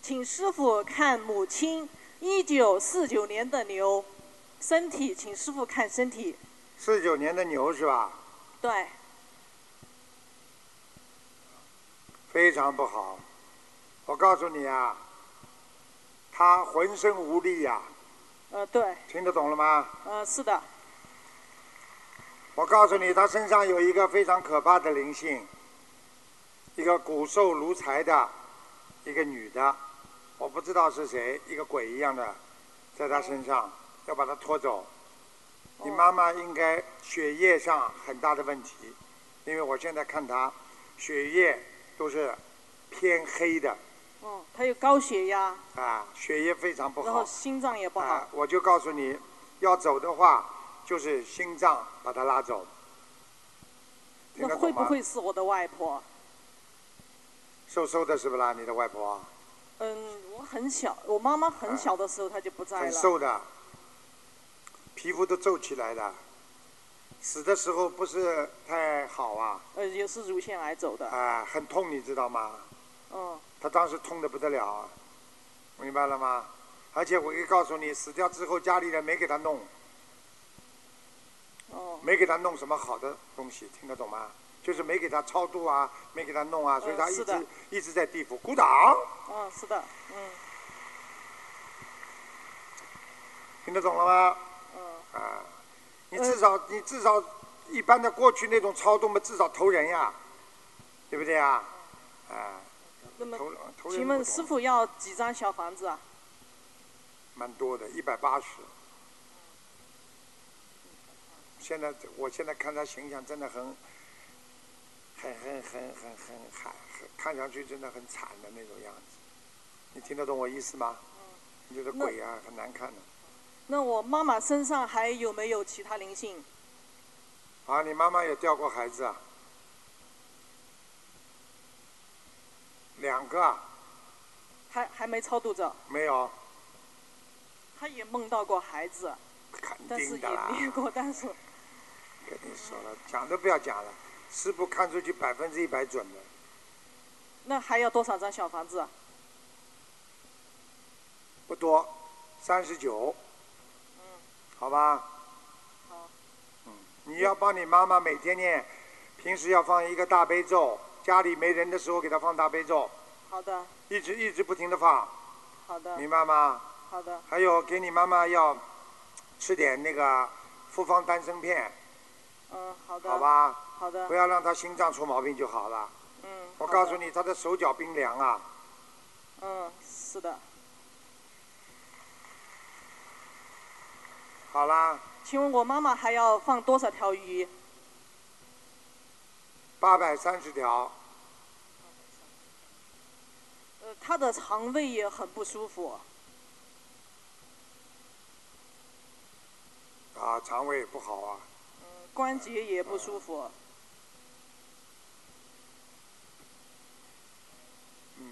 S11: 请师傅看母亲一九四九年的牛，身体，请师傅看身体，
S2: 四九年的牛是吧？
S11: 对，
S2: 非常不好。我告诉你啊，他浑身无力呀、
S11: 呃对，
S2: 听得懂了吗？
S11: 呃是的，
S2: 我告诉你，他身上有一个非常可怕的灵性，一个骨瘦如柴的一个女的，我不知道是谁，一个鬼一样的，在他身上要把他拖走。你妈妈应该血液上很大的问题，因为我现在看她血液都是偏黑的
S11: 嗯，他有高血压，
S2: 啊，血液非常不
S11: 然
S2: 好
S11: 后。心脏也不好
S2: 啊，，我就告诉你，要走的话，就是心脏把它拉走。听
S11: 那
S2: 得
S11: 会
S2: 懂
S11: 不
S2: 吗？
S11: 会是我的外婆？
S2: 瘦瘦的是不是啦？你的外婆
S11: 嗯，我很小，我妈妈很小的时候她就不在
S2: 啊很
S11: 了。
S2: 瘦的，皮肤都皱起来的，死的时候不是太好啊，
S11: 呃，也是乳腺癌走的。
S2: 啊，很痛，你知道吗？
S11: 嗯，
S2: 他当时痛得不得了啊，明白了吗？而且我可以告诉你，死掉之后家里人没给他弄，
S11: 哦，
S2: 没给他弄什么好的东西，听得懂吗？就是没给他超度啊，没给他弄啊，所以他一
S11: 嗯是
S2: 直、
S11: 的
S2: 一直在地府。鼓掌！
S11: 嗯，是的，嗯，
S2: 听得懂了吗？嗯。啊，
S11: 呃
S2: 你至少、你至少一般的过去那种超度嘛，至少投人呀，对不对啊？啊，
S11: 嗯那么
S2: 投投人
S11: 请
S2: 不
S11: 问
S2: 懂
S11: 师傅要几张小房子啊？
S2: 蛮多的，一百八十。现在我现在看他形象真的很，很很很很很很，看上去真的很惨的那种样子。你听得懂我意思吗？你这个鬼啊，很难看的。
S11: 那我妈妈身上还有没有其他灵性？
S2: 啊，你妈妈也掉过孩子啊？两个啊？
S11: 还还没超度着，
S2: 没有，
S11: 她也梦到过孩子，
S2: 肯
S11: 但是
S2: 定的
S11: 也
S2: 啦。
S11: 没过，但是
S2: 跟你说了，讲都不要讲了，师傅看出去百分之一百准的。
S11: 那还要多少张小房子啊？
S2: 不多，三十九。
S11: 嗯
S2: 好吧。嗯，你要帮你妈妈每天念，平时要放一个大悲咒，家里没人的时候给她放大悲咒，
S11: 好的，
S2: 一直一直不停的放，
S11: 好的，
S2: 明白吗？
S11: 好的，
S2: 还有给你妈妈要吃点那个复方丹参片，
S11: 嗯，好的，
S2: 好，吧？
S11: 好的，
S2: 不要让她心脏出毛病就好了。
S11: 嗯，
S2: 我
S11: 好的
S2: 告诉，你，她的手脚冰凉啊。
S11: 嗯，是的，
S2: 好啦，
S11: 请问我妈妈还要放多少条鱼？
S2: 八百三十条，
S11: 呃，她的肠胃也很不舒服，
S2: 啊，肠胃不好啊。
S11: 关节也不舒服，
S2: 嗯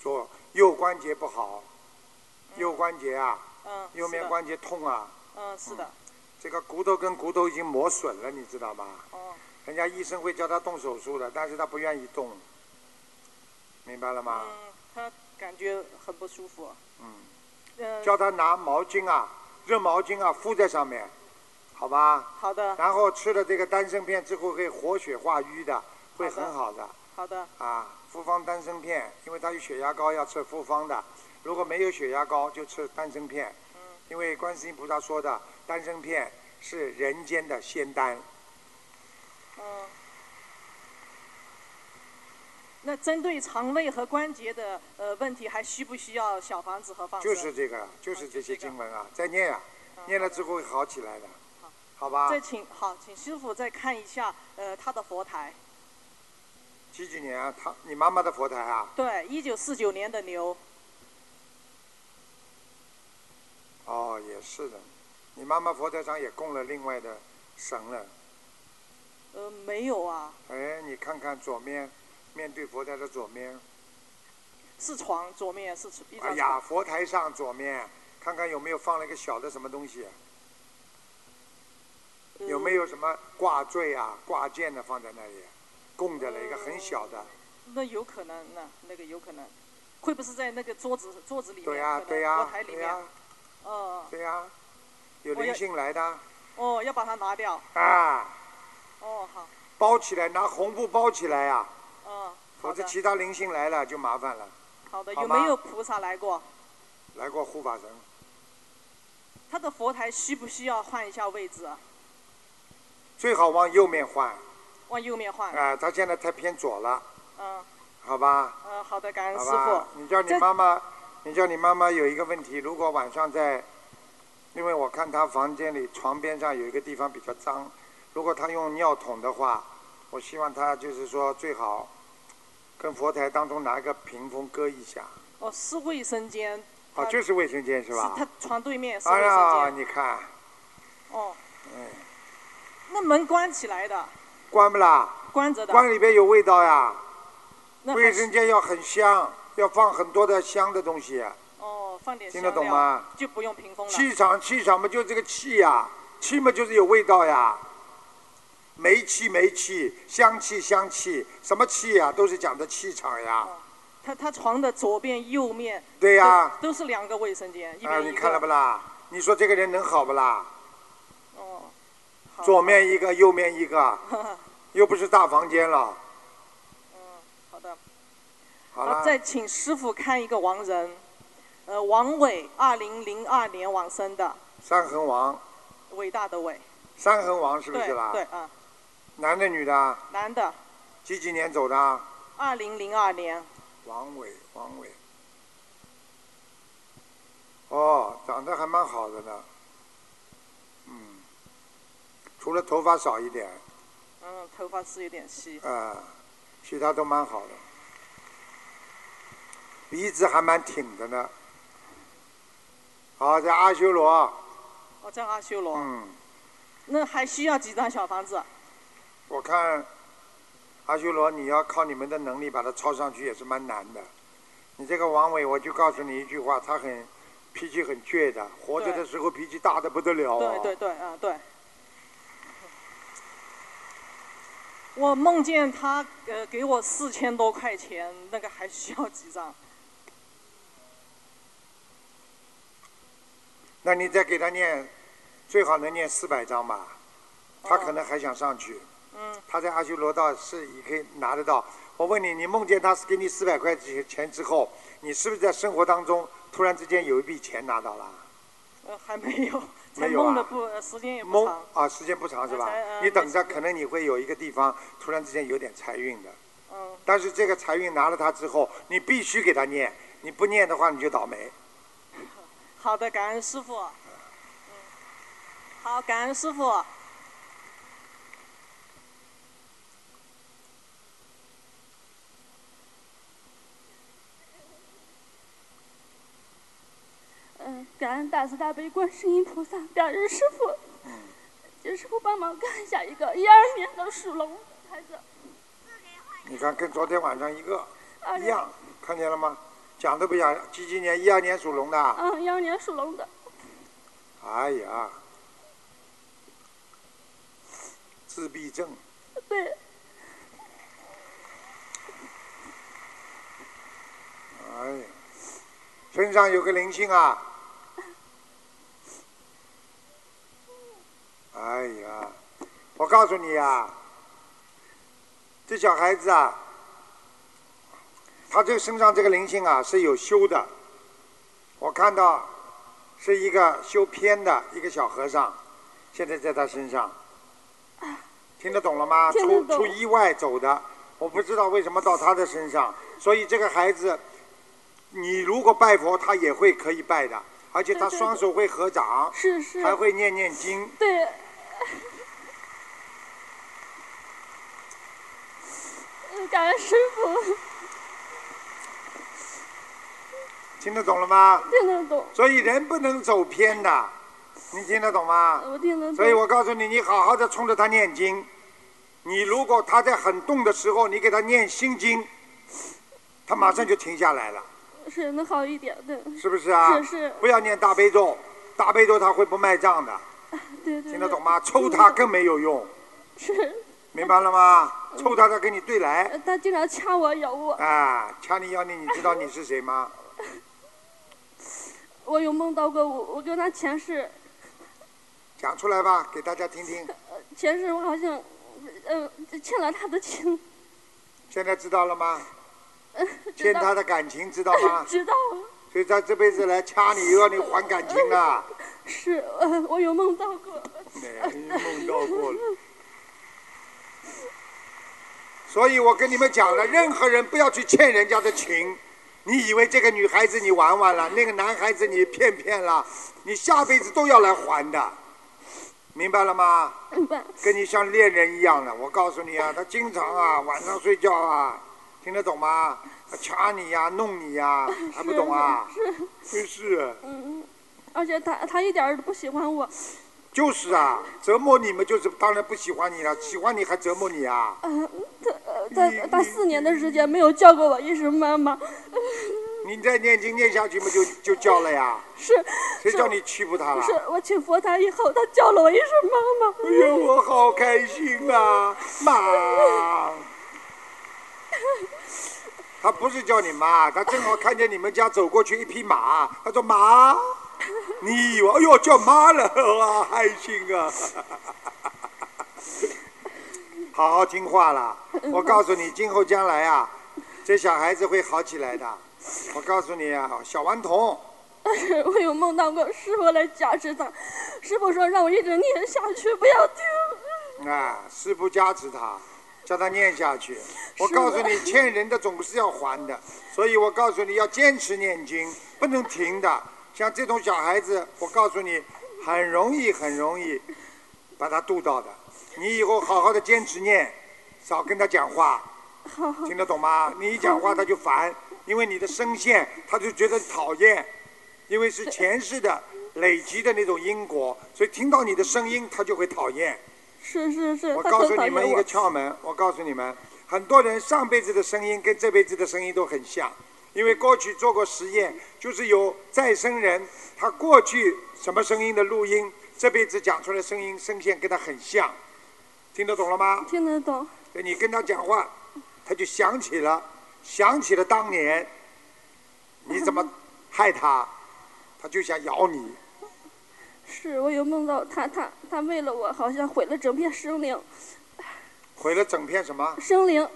S2: 左右关节不好，右关节啊，
S11: 嗯，
S2: 右面关节痛啊，
S11: 是的，嗯，是的，
S2: 这个骨头跟骨头已经磨损了，你知道吗？
S11: 哦，
S2: 人家医生会叫他动手术的，但是他不愿意动，明白了吗？
S11: 嗯，她感觉很不舒服，
S2: 嗯，
S11: 嗯，
S2: 叫他拿毛巾啊，热毛巾啊敷在上面，好吧？
S11: 好的，
S2: 然后吃了这个丹参片之后，会活血化瘀的，会
S11: 好的
S2: 很好的。
S11: 好的，
S2: 啊，复方丹参片，因为它有血压高，要吃复方的。如果没有血压高，就吃丹参片。
S11: 嗯
S2: 因为观世音菩萨说的，丹参片是人间的仙丹。
S11: 嗯。那针对肠胃和关节的呃问题，还需不需要小房子和放生？
S2: 就是这个，就是这些经文啊，再念啊，念了之后会好起来的，好吧？
S11: 嗯再请好，请师傅再看一下呃他的佛台。
S2: 几几年啊？他你妈妈的佛台啊？
S11: 对，一九四九年的牛，
S2: 哦，也是的，你妈妈佛台上也供了另外的神了。
S11: 呃没有啊，
S2: 哎，你看看左面，面对佛台的左面，
S11: 是床左面是一
S2: 哎
S11: 张
S2: 呀，
S11: 床。
S2: 佛台上左面，看看有没有放了一个小的什么东西，
S11: 嗯
S2: 有没有什么挂坠啊、挂件的放在那里，供着了一个很小的。
S11: 呃那有可能，那那个有可能，会不是在那个桌子桌子里面？
S2: 对呀
S11: 可能
S2: 对呀
S11: 佛台里
S2: 对
S11: 面
S2: 呀。
S11: 哦
S2: 对呀、有
S11: 我要
S2: 灵性来的
S11: 哦，要把它拿掉。
S2: 啊，
S11: 哦，好，
S2: 包起来，拿红布包起来啊，
S11: 嗯，
S2: 否
S11: 好
S2: 则
S11: 的，
S2: 其他灵性来了就麻烦了。
S11: 好的。
S2: 好
S11: 有
S2: 吗
S11: 没有菩萨来过？
S2: 来过护法神，
S11: 他的佛台需不需要换一下位置啊？
S2: 最好往右面换，
S11: 往右面换。
S2: 啊，他现在太偏左了，
S11: 嗯
S2: 好吧？
S11: 嗯，好的，感恩
S2: 好
S11: 师
S2: 吧，
S11: 傅。
S2: 你叫你
S11: 这
S2: 妈妈，你叫你妈妈有一个问题，如果晚上在，因为我看她房间里床边上有一个地方比较脏，如果她用尿桶的话，我希望她就是说最好跟佛台当中拿一个屏风搁一下，
S11: 哦，是卫生间。
S2: 啊，
S11: 他
S2: 就是卫生间是
S11: 是
S2: 吧？
S11: 他床对面是卫
S2: 啊哎呀，
S11: 生间。
S2: 你看，
S11: 哦，
S2: 嗯，
S11: 那门关起来的，
S2: 关不啦？
S11: 关着的。
S2: 关里边有味道呀，
S11: 那还
S2: 卫生间要很香，要放很多的香的东西，
S11: 哦，放点
S2: 听
S11: 香
S2: 得
S11: 料。
S2: 懂吗？
S11: 就不用屏风了。
S2: 气场，气场嘛，就这个气呀、气嘛就是有味道呀，煤气，煤气，香气，香气，什么气呀、都是讲的气场呀。
S11: 哦他他床的左边、右面。
S2: 对呀
S11: 都。都是两个卫生间，一边一个。
S2: 啊，你 看了不啦？你说这个人能好不啦？
S11: 哦，好
S2: 左面一个，右面一个，又不是大房间了。
S11: 好的。
S2: 好了，
S11: 哦再请师傅看一个亡人，呃王伟，二零零二年往生的，
S2: 三横王，
S11: 伟大的伟，
S2: 三横王是不
S11: 对
S2: 是啦？
S11: 对啊，
S2: 男的女的啊？
S11: 男的，
S2: 几几年走的啊？
S11: 二零零二年，
S2: 王伟，王伟。哦，长得还蛮好的呢。嗯，除了头发少一点，
S11: 嗯，头发是有点稀，
S2: 啊、其他都蛮好的。鼻子还蛮挺的呢。好，在阿修罗，
S11: 我在哦阿修罗，
S2: 嗯，
S11: 那还需要几张小房子？啊
S2: 我看阿修罗，你要靠你们的能力把它抄上去也是蛮难的。你这个王伟，我就告诉你一句话，他很脾气很倔的，活着
S11: 对
S2: 的时候脾气大的不得了、哦
S11: 对对对，啊对。我梦见他呃给我四千多块钱，那个还需要几张？
S2: 那你再给他念，最好能念四百章吧，他
S11: 哦
S2: 可能还想上去。
S11: 嗯，
S2: 他在阿修罗道是也可以拿得到。我问你，你梦见他给你四百块钱之后，你是不是在生活当中突然之间有一笔钱拿到了？
S11: 呃还没有，才
S2: 没有啊
S11: 梦的不、呃时间也不
S2: 梦
S11: 长。
S2: 啊，时间不长是吧
S11: 才呃？
S2: 你等着，可能你会有一个地方突然之间有点财运的。
S11: 嗯。
S2: 但是这个财运拿了它之后，你必须给他念，你不念的话你就倒霉。
S11: 好的，感恩师傅。嗯，好，感恩师傅。啊
S12: 嗯，感恩大慈大悲观世音菩萨，感恩师傅，请师傅帮忙看一下一个一二年的属龙的孩子，
S2: 你看，跟昨天晚上一个
S12: 二
S11: 哎
S2: 一
S12: 零
S2: 样，看见了吗？讲都不讲，几几年？一二年属龙的啊。
S12: 嗯，一二年属龙的，
S2: 哎呀，自闭症，
S12: 对，
S2: 哎呀，身上有个灵性啊！哎呀，我告诉你啊，这小孩子啊，他这个身上这个灵性啊是有修的，我看到是一个修偏的一个小和尚，现在在他身上，听得懂了吗？
S12: 听
S2: 出
S12: 得懂
S2: 出意外走的，我不知道为什么到他的身上，所以这个孩子，你如果拜佛，他也会可以拜的，而且他
S12: 对对
S2: 双手会合掌，
S12: 是是，
S2: 还会念念经，
S12: 对，嗯感恩师傅，
S2: 听得懂了吗？
S12: 听得懂，
S2: 所以人不能走偏的，你听得懂吗？
S12: 我听得懂，
S2: 所以我告诉你，你好好的冲着他念经。你如果他在很动的时候，你给他念心经，他马上就停下来了，
S12: 是能好一点，对，
S2: 是不是啊？
S12: 是是
S2: 不要念大悲咒，大悲咒他会不卖账的，
S12: 对对，
S2: 听得
S12: 对
S2: 懂吗？抽他更没有用，
S12: 是，
S2: 明白了吗？
S12: 嗯
S2: 抽他，他跟你对来，
S12: 呃他经常掐我咬我，
S2: 啊，掐你咬你，你知道你是谁吗？
S12: 我有梦到过我我跟他前世
S2: 讲出来吧，给大家听听。
S12: 前世我好像呃欠了他的情，
S2: 现在知道了吗？
S12: 呃
S2: 欠
S12: 知
S2: 他
S12: 道？
S2: 的感情知道吗
S12: 知道啊了
S2: 所以他这辈子来掐你，又要你还感情了。
S12: 是呃我有梦到过，
S2: 哎， 梦到过了。所以我跟你们讲了，任何人不要去欠人家的情。你以为这个女孩子你玩玩了，那个男孩子你骗骗了，你下辈子都要来还的，明白了吗？
S12: 明白
S2: 跟你像恋人一样的，我告诉你啊，他经常啊晚上睡觉啊，听得懂吗？他掐你呀、弄你呀、还不懂啊？
S12: 是
S2: 就是
S12: 嗯，而且他他一点儿都不喜欢我，
S2: 就是啊，折磨你们就是当然不喜欢你了，喜欢你还折磨你啊。
S12: 呃他呃在他四年的时间没有叫过我一声妈妈，
S2: 你再念经念下去嘛，就就叫了呀？
S12: 是
S2: 谁叫你欺负他了？
S12: 是我请佛台以后他叫了我一声妈妈，
S2: 哎呀，我好开心啊，妈！他不是叫你妈，他正好看见你们家走过去一匹马，他说妈，你以为哎呦叫妈了，哇，开心啊！ 好好听话啦，我告诉你，今后将来啊，这小孩子会好起来的。我告诉你啊，小顽童，
S12: 但是 我有梦到过师傅来加持他，师傅说让我一直念下去，不要停。
S2: 啊，师傅加持他，叫他念下去。我
S12: 是
S2: 告诉
S12: 的
S2: 你，欠人的总是要还的，所以我告诉你要坚持念经，不能停的。像这种小孩子，我告诉你，很容易很容易把他渡到的。你以后好好的坚持念，少跟他讲话，
S12: 好，
S2: 听得懂吗？你一讲话他就烦，因为你的声线他就觉得讨厌，因为是前世的累积的那种因果，所以听到你的声音他就会讨厌。
S12: 是是是，
S2: 我
S12: 他
S2: 告
S12: 就
S2: 诉
S12: 讨
S2: 你
S12: 厌
S2: 们一
S12: 我
S2: 个窍门，我告诉你们，很多人上辈子的声音跟这辈子的声音都很像，因为过去做过实验，就是有再生人，他过去什么声音的录音，这辈子讲出来声音声线跟他很像，听得懂了吗？
S12: 听得懂。
S2: 你跟他讲话，他就想起了，想起了当年，你怎么害他，他就想咬你。
S12: 是我有梦到他，他他为了我好像毁了整片生灵，
S2: 毁了整片什么？
S12: 生灵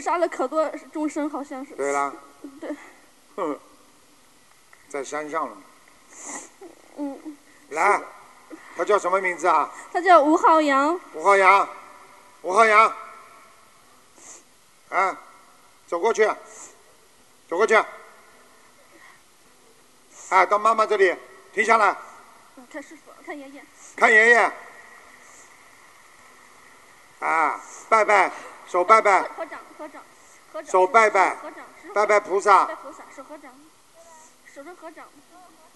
S12: 杀了可多众生，好像是。
S2: 对啦，
S12: 对，
S2: 哼，在山上了。
S12: 嗯，
S2: 来，他叫什么名字啊？
S12: 他叫吴浩洋，
S2: 吴浩洋，吴浩洋，啊，走过去，走过去，哎，到妈妈这里，停下来，
S12: 嗯看师傅，看爷爷，
S2: 看爷爷，啊，拜拜，手拜拜，
S12: 合掌，合掌，合掌，
S2: 手拜拜
S12: 合掌，手合掌
S2: 拜拜菩萨
S12: 拜菩萨，手合掌，手着合掌，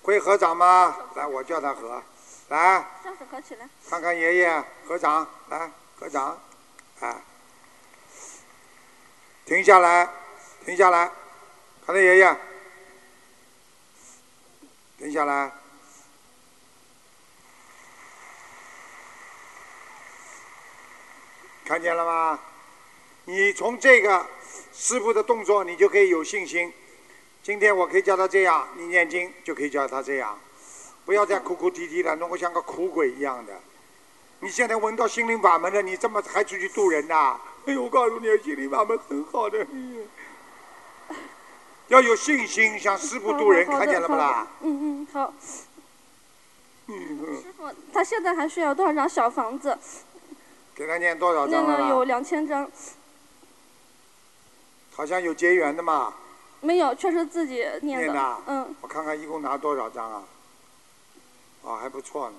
S2: 会合掌吗？来，我叫他合，来，
S12: 双手合起来，
S2: 看看爷爷，合掌，来，合掌，啊，停下来，停下来，看到爷爷，停下来，看见了吗？你从这个师傅的动作，你就可以有信心。今天我可以叫他这样，你念经就可以叫他这样。不要再哭哭啼啼的，弄得像个苦鬼一样的。你现在闻到心灵法门了，你这么还出去渡人呐、哎呦，我告诉你，心灵法门很好的，要有信心，像师傅渡人，
S12: 好好好
S2: 看
S12: 的
S2: 见了不
S12: 好
S2: 啦
S12: 的？嗯嗯，好。
S2: 嗯，
S12: 师傅，他现在还需要多少张小房子？
S2: 给他念多少
S12: 念
S2: 章
S12: 了
S2: 了
S12: 有
S2: 啦？
S12: 两千张，
S2: 好像有结缘的嘛，
S12: 没有，确实自己念
S2: 念
S12: 的。
S2: 的。啊
S12: 嗯，
S2: 我看看一共拿多少章啊？哦，还不错呢，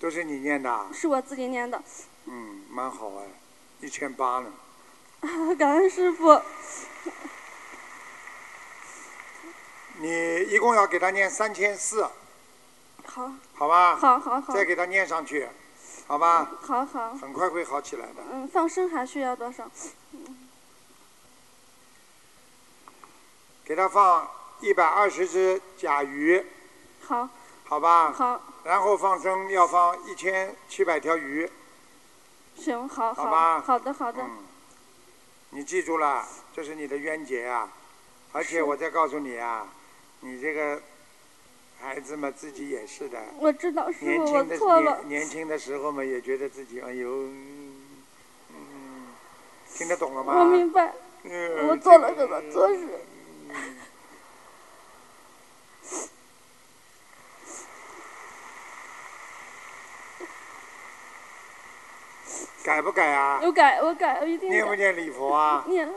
S2: 都是你念的啊，
S12: 是我自己念的。
S2: 嗯，蛮好哎，一千八呢。嗯
S12: 啊， 感恩师傅。
S2: 你一共要给他念三千四，
S12: 好，
S2: 好吧？
S12: 好好好
S2: 再给他念上去，好吧？
S12: 好好。
S2: 很快会好起来的。
S12: 嗯，放生还需要多少？嗯
S2: 给他放一百二十只甲鱼，
S12: 好，
S2: 好吧？
S12: 好，
S2: 然后放生要放一千七百条鱼，
S12: 行，好
S2: 好吧嗯
S12: 好的好的，
S2: 你记住了，这是你的冤结啊！而且
S12: 是
S2: 我再告诉你啊，你这个孩子嘛，自己也是的。
S12: 我知道师
S2: 年
S12: 傅我
S2: 轻的
S12: 错了
S2: 年，年轻的时候嘛，也觉得自己哎呦，嗯，听得懂了吗？
S12: 我明白，
S2: 嗯
S12: 我做了什么错事？
S2: 改不改啊？
S12: 我改我改，我一定
S2: 念不
S12: 改
S2: 念礼佛啊？
S12: 念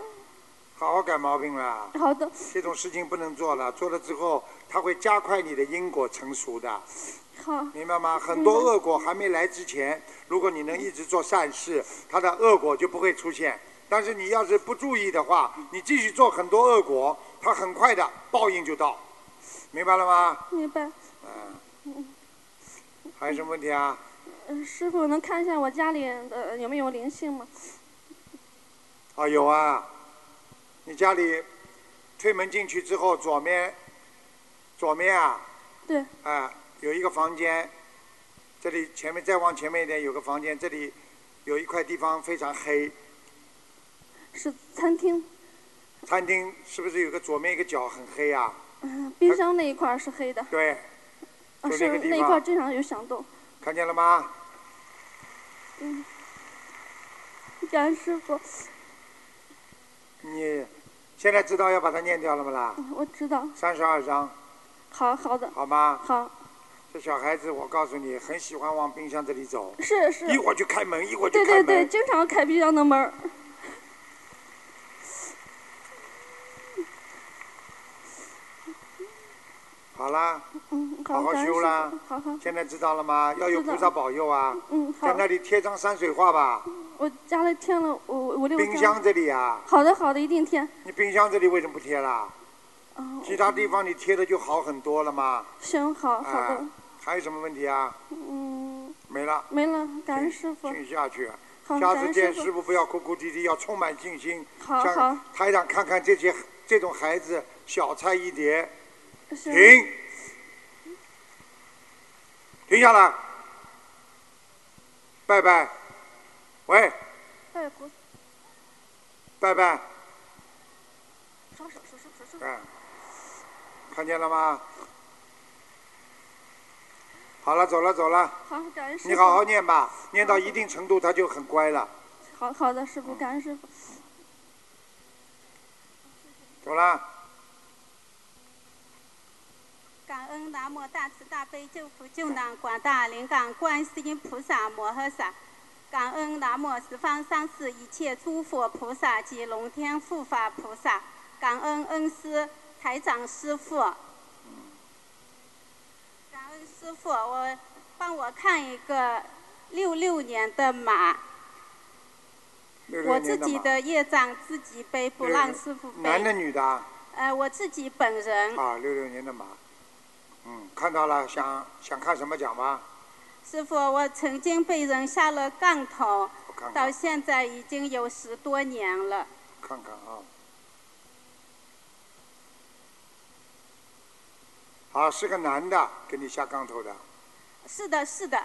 S2: 好好改毛病啦。
S12: 好的，
S2: 这种事情不能做了，做了之后，它会加快你的因果成熟的，
S12: 好，
S2: 明白吗？很多恶果还没来之前，如果你能一直做善事，它的恶果就不会出现。但是你要是不注意的话，你继续做很多恶果，它很快的报应就到，明白了吗？
S12: 明白。
S2: 嗯。还有什么问题啊？
S12: 嗯，师傅能看一下我家里的有没有灵性吗？
S2: 啊，有啊，你家里推门进去之后，左面，左面啊，
S12: 对，
S2: 啊，有一个房间，这里前面再往前面一点有个房间，这里有一块地方非常黑，
S12: 是餐厅，
S2: 餐厅是不是有个左面一个角很黑啊？
S12: 嗯，冰箱那一块儿是黑的，
S2: 对，
S12: 啊
S2: 就是那个地
S12: 那一
S2: 方
S12: 块儿经常有响动。
S2: 看见了吗？
S12: 嗯，感恩师傅，
S2: 你现在知道要把它念掉了不啦？
S12: 嗯我知道。
S2: 三十二章，
S12: 好好的。
S2: 好吗？
S12: 好。
S2: 这小孩子，我告诉你，很喜欢往冰箱这里走。
S12: 是是。
S2: 一会儿就开门，一会儿就
S12: 对
S2: 开
S12: 对
S2: 门。
S12: 对，经常开冰箱的门儿。
S2: 好啦，
S12: 嗯，
S2: 好好
S12: 感恩
S2: 修
S12: 师
S2: 啦
S12: 父好好。
S2: 现在知道了吗？要有
S12: 知道
S2: 菩萨保佑啊！
S12: 嗯，好
S2: 在。那里贴张山水画吧，
S12: 我加了添了五五五六张。
S2: 冰箱这里啊。
S12: 好的好的，一定添。
S2: 你冰箱这里为什么不贴啦？
S12: 哦
S2: 其他地方你贴的就好很多了嘛。
S12: 行，好好的，
S2: 啊还有什么问题啊？
S12: 嗯，
S2: 没了，
S12: 没了，感恩师傅。
S2: 请下去。
S12: 好
S2: 下
S12: 感
S2: 次
S12: 恩
S2: 见
S12: 师父
S2: 师傅不要哭哭啼啼，要充满信心。
S12: 好
S2: 像
S12: 好
S2: 台长看看这些这种孩子，小菜一碟。
S12: 行
S2: 停，停下来，拜拜，喂，
S12: 拜菩萨，
S2: 拜拜，
S12: 双手，双手，双手。
S2: 嗯，看见了吗？好了，走了，走了。
S12: 好，感恩师傅。
S2: 你好好。念吧，念到一定程度他就很乖了。
S12: 好好的，师傅，感恩师傅。
S2: 走了，
S7: 感恩南无大慈大悲救苦救难广大灵感观世音菩萨摩诃萨，感恩南无十方三世一切诸佛菩萨及龙天护法菩萨，感恩恩师台长师傅，感恩师傅，我帮我看一个六六年的马，
S2: 66
S7: 我自
S2: 年
S7: 己
S2: 嘛
S7: 的业障自己背，不让师傅
S2: 男的
S7: 背。
S2: 女的啊？
S7: 呃，我自己本人，
S2: 啊，六六年的马，嗯，看到了，想想看什么讲吧，
S7: 师傅，我曾经被人下了杠头。
S2: 我看
S7: 到
S2: 看
S7: 现在已经有十多年了。
S2: 看看啊。啊，是个男的，给你下杠头的，
S7: 是的，是的。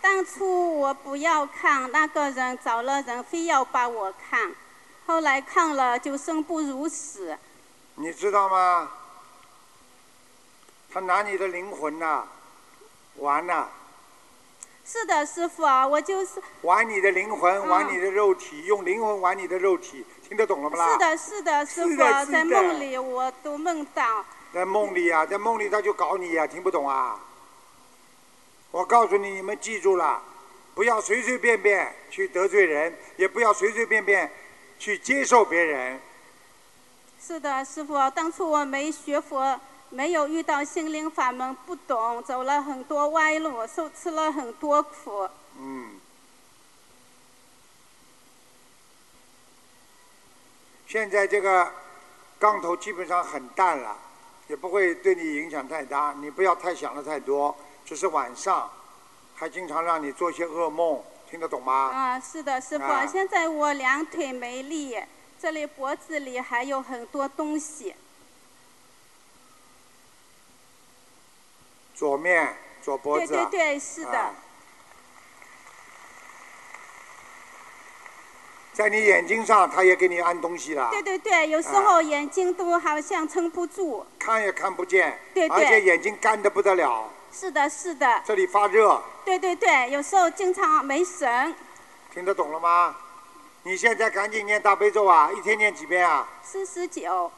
S7: 当初我不要看，那个人找了人非要把我看，后来看了就生不如死。
S2: 你知道吗？他拿你的灵魂呐、玩呐、
S7: 是的，师傅啊，我就是。
S2: 玩你的灵魂，
S7: 嗯
S2: 玩你的肉体，用灵魂玩你的肉体，听得懂了不啦？
S7: 是的，是的，师
S2: 是
S7: 傅
S2: 的
S7: 啊，
S2: 是的
S7: 在梦里我都梦到。
S2: 在梦里啊，在梦里他就搞你呀、听不懂啊！我告诉你，你们记住了，不要随随便便去得罪人，也不要随随便便去接受别人。
S7: 是的，师傅，当初我没学佛，没有遇到心灵法门，不懂，走了很多歪路，受吃了很多苦。
S2: 嗯。现在这个杠头基本上很淡了，也不会对你影响太大。你不要太想的太多，只是晚上还经常让你做些噩梦，听得懂吗？
S7: 啊，是的，师傅，
S2: 啊
S7: 现在我两腿没力，这里脖子里还有很多东西。
S2: 左面、左脖
S7: 对
S2: 子
S7: 对
S2: 啊。
S7: 对，是的，
S2: 啊在你眼睛上，他也给你安东西了，
S7: 对对对，有时
S2: 啊
S7: 候眼睛都好像撑不住。
S2: 看也看不见，
S7: 对对
S2: 而且眼睛干得不得了，
S7: 是的，是的，
S2: 这里发热，
S7: 对对对，有时候经常没神。
S2: 听得懂了吗？你现在赶紧念大悲咒啊，一天念几遍啊？
S7: 四十九，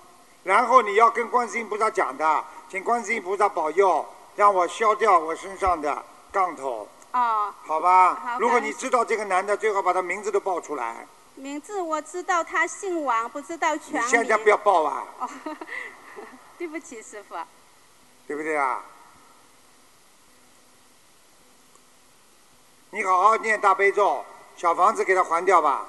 S2: 然后你要跟观世音菩萨讲的，请观世音菩萨保佑，让我消掉我身上的杠头，
S7: 哦，
S2: 好吧？
S7: 好嗯
S2: 如果
S7: 感恩
S2: 你知道这个男的，最好把他名字都报出来。
S7: 名字我知道，他姓王，不知道全
S2: 你
S7: 名。
S2: 现在不要报啊，
S7: 哦，对不起，师傅。
S2: 对不对啊？你好好念大悲咒，小房子给他还掉吧。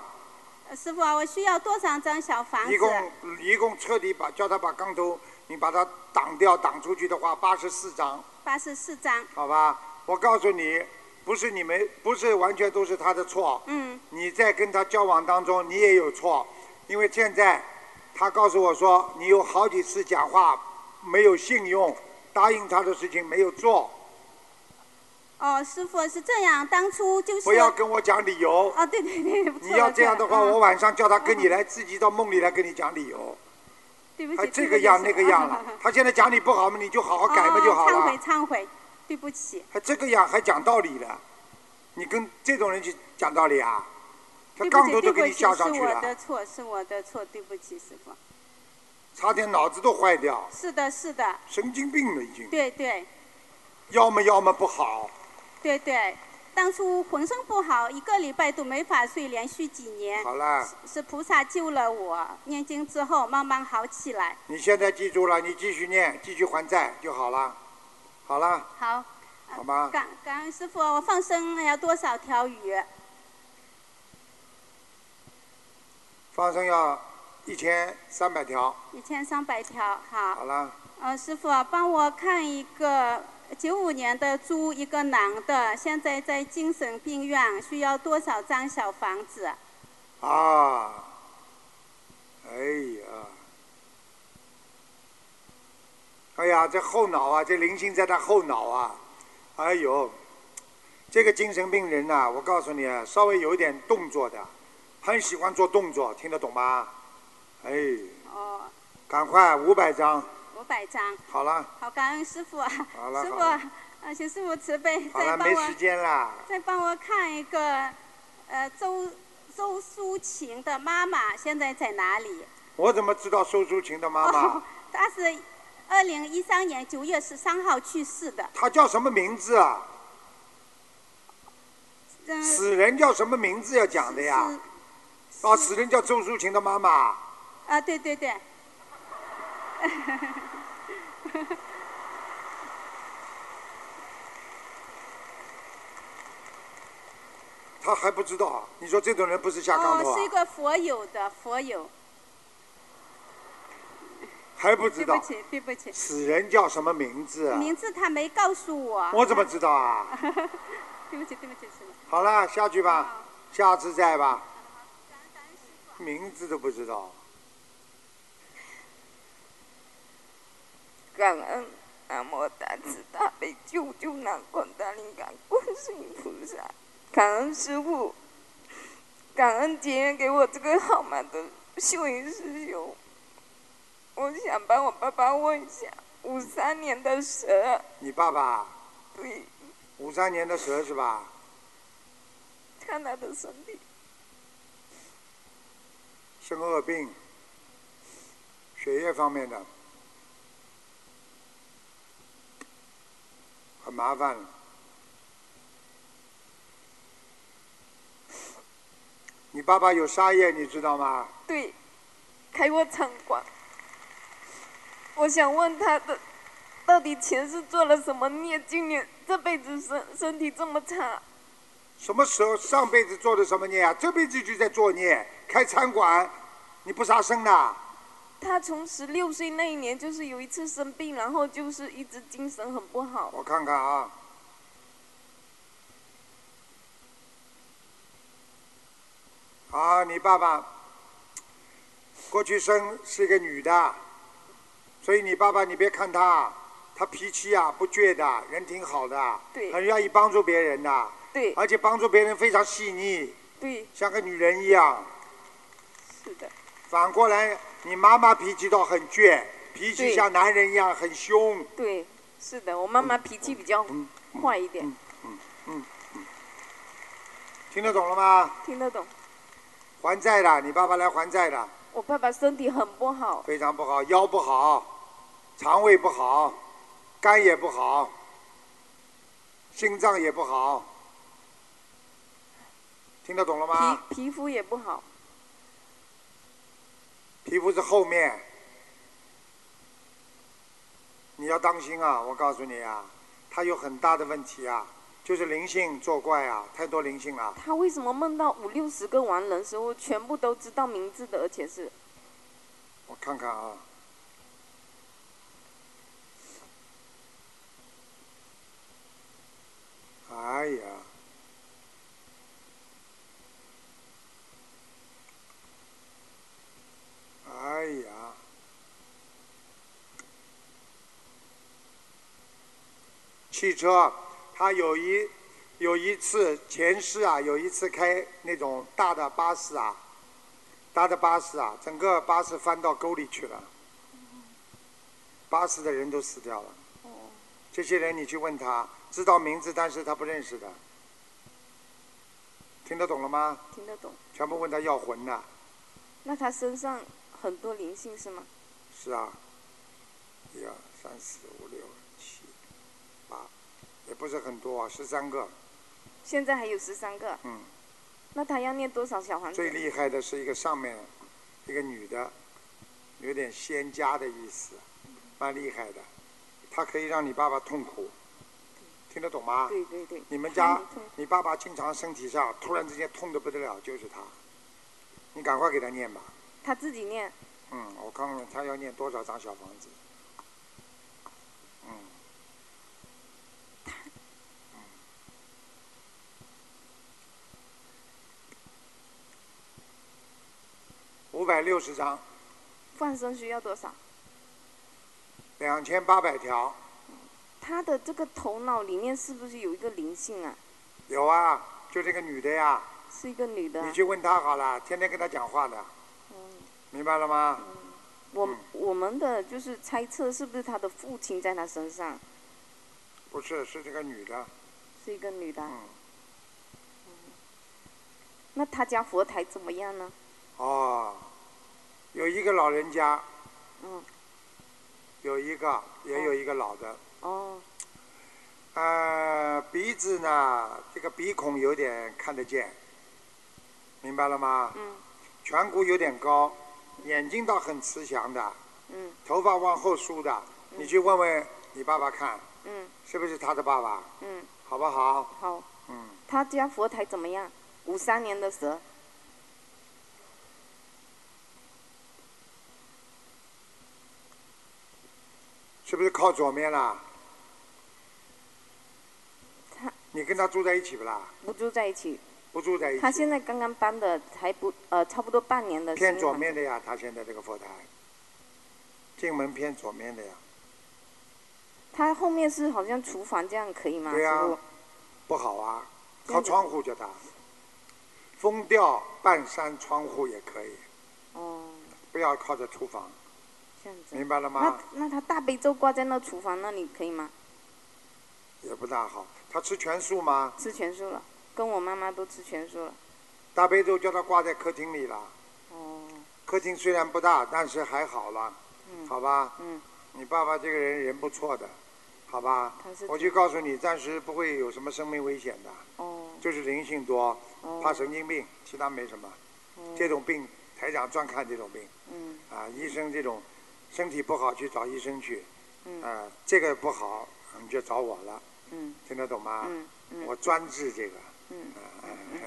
S7: 呃师傅啊，我需要多少张小房子
S2: 一？共一共彻底把叫他把钢头，你把它挡掉挡出去的话，八十四张，
S7: 八十四张。
S2: 好吧？我告诉你，不是你们，不是完全都是他的错。
S7: 嗯，
S2: 你在跟他交往当中，你也有错，因为现在他告诉我说，你有好几次讲话没有信用，答应他的事情没有做，
S7: 哦，师傅是这样，当初就是
S2: 不要跟我讲理由。
S7: 哦，对对对，不错
S2: 你要这样的话，
S7: 嗯
S2: 我晚上叫他跟你来，自己到梦里来跟你讲理由，
S7: 对不
S2: 还
S7: 起，
S2: 啊这
S7: 对
S2: 个
S7: 不起
S2: 样
S7: 师
S2: 那
S7: 傅。
S2: 个样了 他现在讲你不好嘛，你就好好改嘛
S7: 哦
S2: 就好了。
S7: 忏悔忏悔，对不起，
S2: 还这个样还讲道理了，你跟这种人去讲道理啊？他
S7: 对不
S2: 杠
S7: 起，
S2: 头
S7: 对
S2: 都
S7: 不
S2: 给你
S7: 起，
S2: 下上去
S7: 是我
S2: 了，
S7: 的错，是我的错，对不起，师傅。
S2: 差点脑子都坏掉，
S7: 是的，是的，
S2: 神经病了已经。
S7: 对对
S2: 要么要么不好，
S7: 对对，当初浑身不好，一个礼拜都没法睡，连续几年。
S2: 好啦，
S7: 是菩萨救了我，念经之后慢慢好起来。
S2: 你现在记住了，你继续念，继续还债就好了。好了，
S7: 好，
S2: 好吗？
S7: 感感恩师傅，我放生要多少条鱼？
S2: 放生要一千三百条，
S7: 一千三百条，好。
S2: 好了，
S7: 呃，师傅帮我看一个九五年的猪，一个男的，现在在精神病院，需要多少张小房子？
S2: 啊，哎呀，哎呀，这后脑啊，这灵性在他后脑啊，哎呦，这个精神病人呐、我告诉你啊，稍微有一点动作的，很喜欢做动作，听得懂吗？哎，
S7: 哦，
S2: 赶快五百张，
S7: 五百张。
S2: 好了，
S7: 好，感恩师傅啊，
S2: 了
S7: 师傅
S2: 好了
S7: 啊，呃请师傅慈悲，
S2: 好了，
S7: 再帮
S2: 没
S7: 我
S2: 时间啦。
S7: 再帮我看一个，呃，周周淑琴的妈妈现在在哪里？
S2: 我怎么知道周淑琴的妈 妈？
S7: 她是二零一三年九月十三号去世的。
S2: 她叫什么名字啊？
S7: 嗯，
S2: 死人叫什么名字要讲的呀？哦，死人叫周淑琴的妈妈。
S7: 啊，对 对对。
S2: 他还不知道，你说这种人不是下
S7: 哦
S2: 岗头，啊
S7: 是一？个佛友的佛友。
S2: 还不知
S7: 对
S2: 道
S7: 不起，对不起。
S2: 死人叫什么名字啊？
S7: 名字他没告诉我。
S2: 我怎么知道啊？
S7: 对不起，对不起，师傅。
S2: 好了，下去吧，下次再吧。名字都不知道，
S13: 感恩南无大慈大悲救救难广大灵感观世音菩萨，感恩师傅，感恩结缘给我这个号码的秀云师兄。我想帮我爸爸问一下，五三年的蛇，
S2: 你爸爸
S13: 对，
S2: 五三年的蛇是吧？
S13: 看他的身体，
S2: 生恶病，血液方面的，很麻烦了。你爸爸有沙业，你知道吗？
S13: 对，开过餐馆。我想问他的，到底前世做了什么孽？今年这辈子身身体这么差，
S2: 什么时候上辈子做的什么孽啊？这辈子就在作孽，开餐馆，你不杀生的，
S13: 他从十六岁那一年就是有一次生病，然后就是一直精神很不好。
S2: 我看看啊。啊，你爸爸过去生是一个女的，所以你爸爸你别看他，他脾气啊不倔的，人挺好的，
S13: 对
S2: 很愿意帮助别人的，
S13: 对
S2: 而且帮助别人非常细腻，
S13: 对，
S2: 像个女人一样。
S13: 是的，
S2: 反过来，你妈妈脾气倒很倔，脾气
S13: 对
S2: 像男人一样很凶。
S13: 对，是的，我妈妈脾气比较坏一点，
S2: 嗯听得懂了吗？
S13: 听得懂。
S2: 还债的，你爸爸来还债的，
S13: 我爸爸身体很不好，
S2: 非常不好，腰不好，肠胃不好，肝也不好，心脏也不好。听得懂了吗？
S13: 皮皮肤也不好，
S2: 皮肤是后面，你要当心啊！我告诉你啊，他有很大的问题啊，就是灵性作怪啊，太多灵性了。
S13: 他为什么梦到五六十个完人时候，全部都知道名字的，而且是
S2: 我看看啊，哎呀，哎呀，汽车，他有一有一次前世啊，有一次开那种大的巴士啊，搭的巴士啊，整个巴士翻到沟里去了，巴士的人都死掉了。这些人你去问他，知道名字，但是他不认识的，听得懂了吗？
S13: 听得懂。
S2: 全部问他要魂呐、
S13: 那他身上很多灵性是吗？
S2: 是啊，一二三四五六七八，也不是很多啊，十三个。
S13: 现在还有十三个，
S2: 嗯，
S13: 那他要念多少小黄子？
S2: 最厉害的是一个上面一个女的，有点仙家的意思，蛮厉害的，她可以让你爸爸痛苦，听得懂吗？
S13: 对对对。
S2: 啊你们家
S1: 嗯
S2: 你爸爸经常身体上突然之间痛得不得了，就是他。你赶快给他念吧。
S13: 他自己念，
S2: 嗯，我看看他要念多少张小房子。嗯。嗯五百六十张，
S13: 放生需要多少？
S2: 两千八百条，
S13: 他的这个头脑里面是不是有一个灵性啊？
S2: 有啊，就这个女的呀，
S13: 是一个女的啊、
S2: 你去问她好了，天天跟她讲话的，明白了吗？
S13: 我、
S2: 嗯
S13: 我们的就是猜测，是不是他的父亲在他身上
S2: 不是，是这个女的，
S13: 是一个女的啊？嗯那他家佛台怎么样呢？
S2: 哦，有一个老人家，
S13: 嗯，
S2: 有一个，也有一个老的。
S13: 哦，
S2: 呃，鼻子呢，这个鼻孔有点看得见，明白了吗？
S13: 嗯。
S2: 颧骨有点高，眼睛倒很慈祥的，
S13: 嗯
S2: 头发往后梳的。你去问问你爸爸看，
S13: 嗯
S2: 是不是他的爸爸？
S13: 嗯，
S2: 好不好？
S13: 好。
S2: 嗯，
S13: 他家佛台怎么样？五三年的蛇，
S2: 是不是靠左面啦？
S13: 他
S2: 你跟他住在一起不啦？
S13: 不住在一起。
S2: 不住在一起。
S13: 他现在刚刚搬的，还不呃，差不多半年的。
S2: 偏左。面的呀，他现在这个佛台，进门偏左面的呀，
S13: 他后面是好像厨房这样，可以吗？
S2: 对呀、啊
S13: 师傅
S2: 不好啊，靠
S13: 这样子
S2: 窗户叫他，封掉半山窗户也可以，
S13: 哦，
S2: 不要靠着厨房，
S13: 这样子。
S2: 明白了
S13: 那
S2: 吗？
S13: 那他大悲咒挂在那厨房那里可以吗？
S2: 也不大好。他吃全素吗？
S13: 吃全素了，跟我妈妈都吃全素了。
S2: 大悲咒叫他挂在客厅里了，
S14: 嗯
S13: 哦，
S2: 客厅虽然不大，但是还好了，
S13: 嗯，
S2: 好吧？
S13: 嗯，
S2: 你爸爸这个人人不错的，好吧
S13: 他是？
S2: 我就告诉你，暂时不会有什么生命危险的，
S13: 哦，
S2: 就是灵性多，
S13: 哦
S2: 怕神经病，其他没什么。
S13: 哦
S2: 这种病，台长专看这种病
S13: 嗯
S2: 啊，医生这种身体不好去找医生去，
S13: 嗯
S2: 啊，这个不好你就找我了，
S13: 嗯
S2: 听得懂吗？
S13: 嗯嗯
S2: 我专治这个，
S13: 嗯，
S2: 啊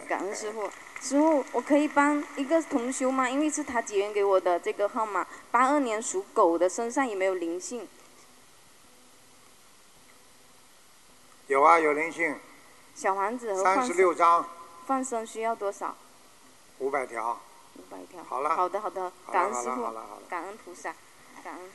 S13: 感恩师傅，师傅，我可以帮一个同修吗？因为是他结缘给我的这个号码，八二年属狗的身上有没有灵性？
S2: 有啊，有灵性，
S13: 小房子和
S2: 三
S13: 放
S2: 十
S13: 生
S2: 六章，
S13: 放生需要多少？
S2: 五百条，
S13: 五百条。
S2: 好了
S13: 好的，好的，
S2: 好了
S13: 感恩师
S2: 好了
S13: 傅
S2: 好了好了，
S13: 感恩菩萨，感恩。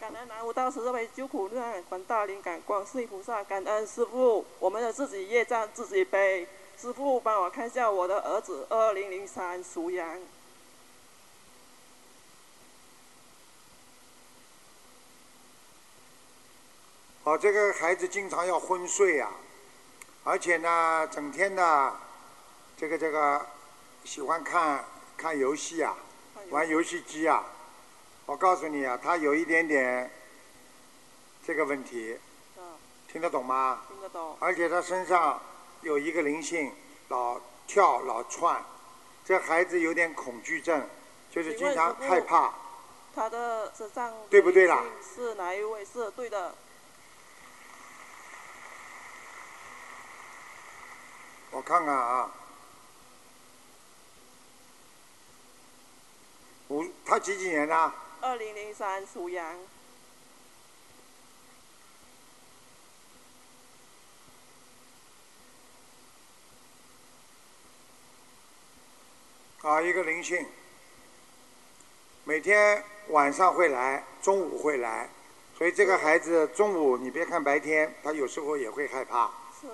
S11: 感恩啊南无大慈大悲救苦救难广大灵感观世音菩萨，感恩师傅，我们的自己业障自己背。师傅帮我看一下我的儿子，二零零三属羊，
S2: 哦，这个孩子经常要昏睡啊，而且呢，整天呢，这个这个喜欢看看游戏啊，玩游戏机啊。我告诉你啊，他有一点点这个问题，
S11: 嗯，
S2: 听得懂吗？
S11: 听得懂？
S2: 而且他身上有一个灵性，老跳老窜，这孩子有点恐惧症，就是经常害怕。
S11: 他的身上
S2: 对不对啦？
S11: 是哪一位？是对的，
S2: 我看看啊，五他几几年的、啊
S11: 二零零三属羊，
S2: 啊，一个灵性，每天晚上会来，中午会来，所以这个孩子中午你别看白天，他有时候也会害怕。
S11: 是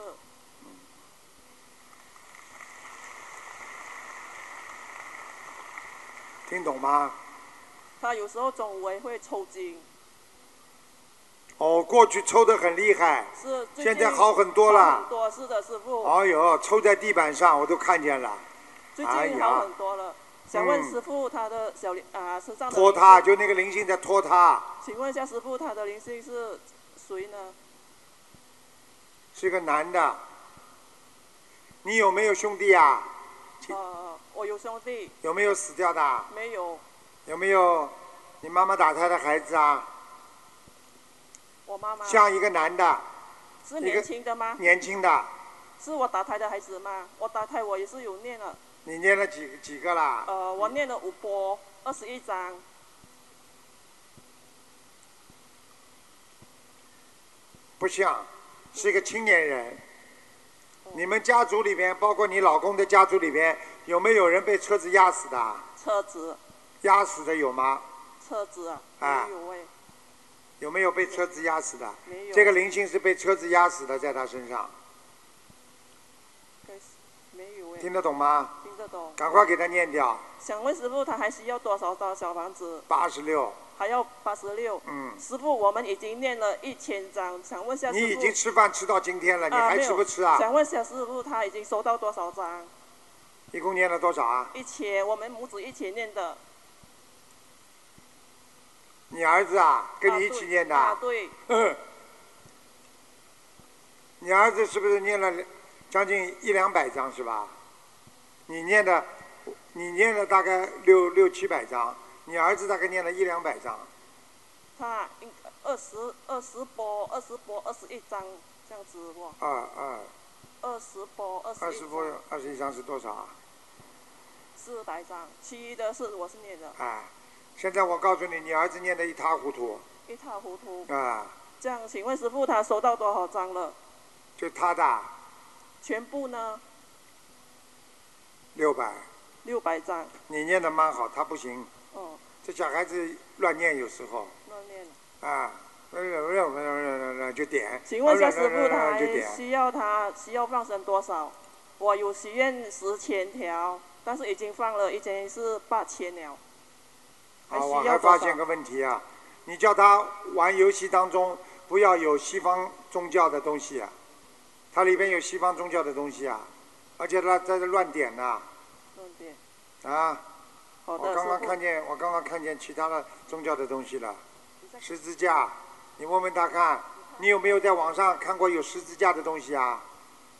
S2: 听懂吗？
S11: 他有时候中午也会抽筋，
S2: 哦，过去抽得很厉害，
S11: 是最近
S2: 现在好很多了
S11: 好很多是的，师傅，
S2: 哎呦，抽在地板上我都看见了。
S11: 最
S2: 哎
S11: 近
S2: 呀
S11: 好很多了，
S14: 想问师傅他的小灵啊身上的
S2: 拖
S14: 灵性
S2: 他，就那个灵性在拖他，
S14: 请问一下师傅他的灵性是谁呢？
S2: 是个男的。你有没有兄弟啊？
S14: 呃，我有兄弟
S2: 有没有死掉的？
S14: 没有？
S2: 有没有你妈妈打胎的孩子啊？
S14: 我妈妈
S2: 像一个男的，
S14: 是
S2: 一个
S14: 年轻的吗？
S2: 年轻的，
S14: 是我打胎的孩子吗？我打胎我也是有念了，
S2: 你念了几几个啦？
S14: 呃，我念了五波，二十一章。
S2: 不像，是一个青年人。
S14: 哦
S2: 你们家族里边，包括你老公的家族里边，有没有人被车子压死的？
S14: 车子，
S2: 压死的有吗？
S14: 车子啊，
S2: 啊
S14: 没有哎，
S2: 有没有被车子压死的？
S14: 没有
S2: 这个灵性是被车子压死的，在他身上，
S14: 该是没有哎。
S2: 听得懂吗？
S14: 听得懂。
S2: 赶快给他念掉，
S14: 想问师傅，他还需要多少张小房子？
S2: 八十六。
S14: 还要八十六。
S2: 嗯，
S14: 师傅，我们已经念了一千张，想问下师
S2: 你
S14: 傅，
S2: 已经吃饭吃到今天了，你
S14: 啊
S2: 还
S14: 没
S2: 吃
S14: 有
S2: 不吃啊？
S14: 想问下师傅，他已经收到多少张？
S2: 一共念了多少啊？
S14: 一千，我们母子一起念的。
S2: 你儿子啊，跟
S14: 啊
S2: 你一起
S14: 对
S2: 念的啊。
S14: 啊，对，
S2: 嗯， 你儿子是不是念了两将近一两百章是吧？你念的，你念了大概六六七百章，你儿子大概念了一两百章，
S14: 他应二十二十波，二十波，二十一张这样子哇，
S2: 二二
S14: 二十波，二
S2: 啊二
S14: 十
S2: 十
S14: 一
S2: 波
S14: 张，
S2: 二十一章是多少啊？
S14: 四百张，其余的是我是念的，
S2: 啊，现在我告诉你，你儿子念得一塌糊涂
S14: 一塌糊涂。
S2: 啊，
S14: 这样，请问师傅他收到多少张了？
S2: 就他的啊
S14: 全部呢？
S2: 六百，
S14: 六百张。
S2: 你念的蛮好，他不行，
S14: 哦，
S2: 这小孩子乱念有时候
S14: 那念了。
S2: 啊，就点，啊
S14: 请问一下师傅，他
S2: 就
S14: 还
S2: 点。
S14: 需要他需要放生多少？我有许愿十千条，但是已经放了，已经是八千了。
S2: 啊，
S14: 需
S2: 我
S14: 要
S2: 还
S14: 多
S2: 发
S14: 少
S2: 现个问题啊，你叫他玩游戏当中不要有西方宗教的东西啊，它里边有西方宗教的东西啊，而且他在这乱点呐
S14: 重点。
S2: 啊
S14: 好的，
S2: 我刚刚
S14: 师傅
S2: 看见，我刚刚看见其他的宗教的东西了，十字架，你问问他看，你有没有在网上看过有十字架的东西啊？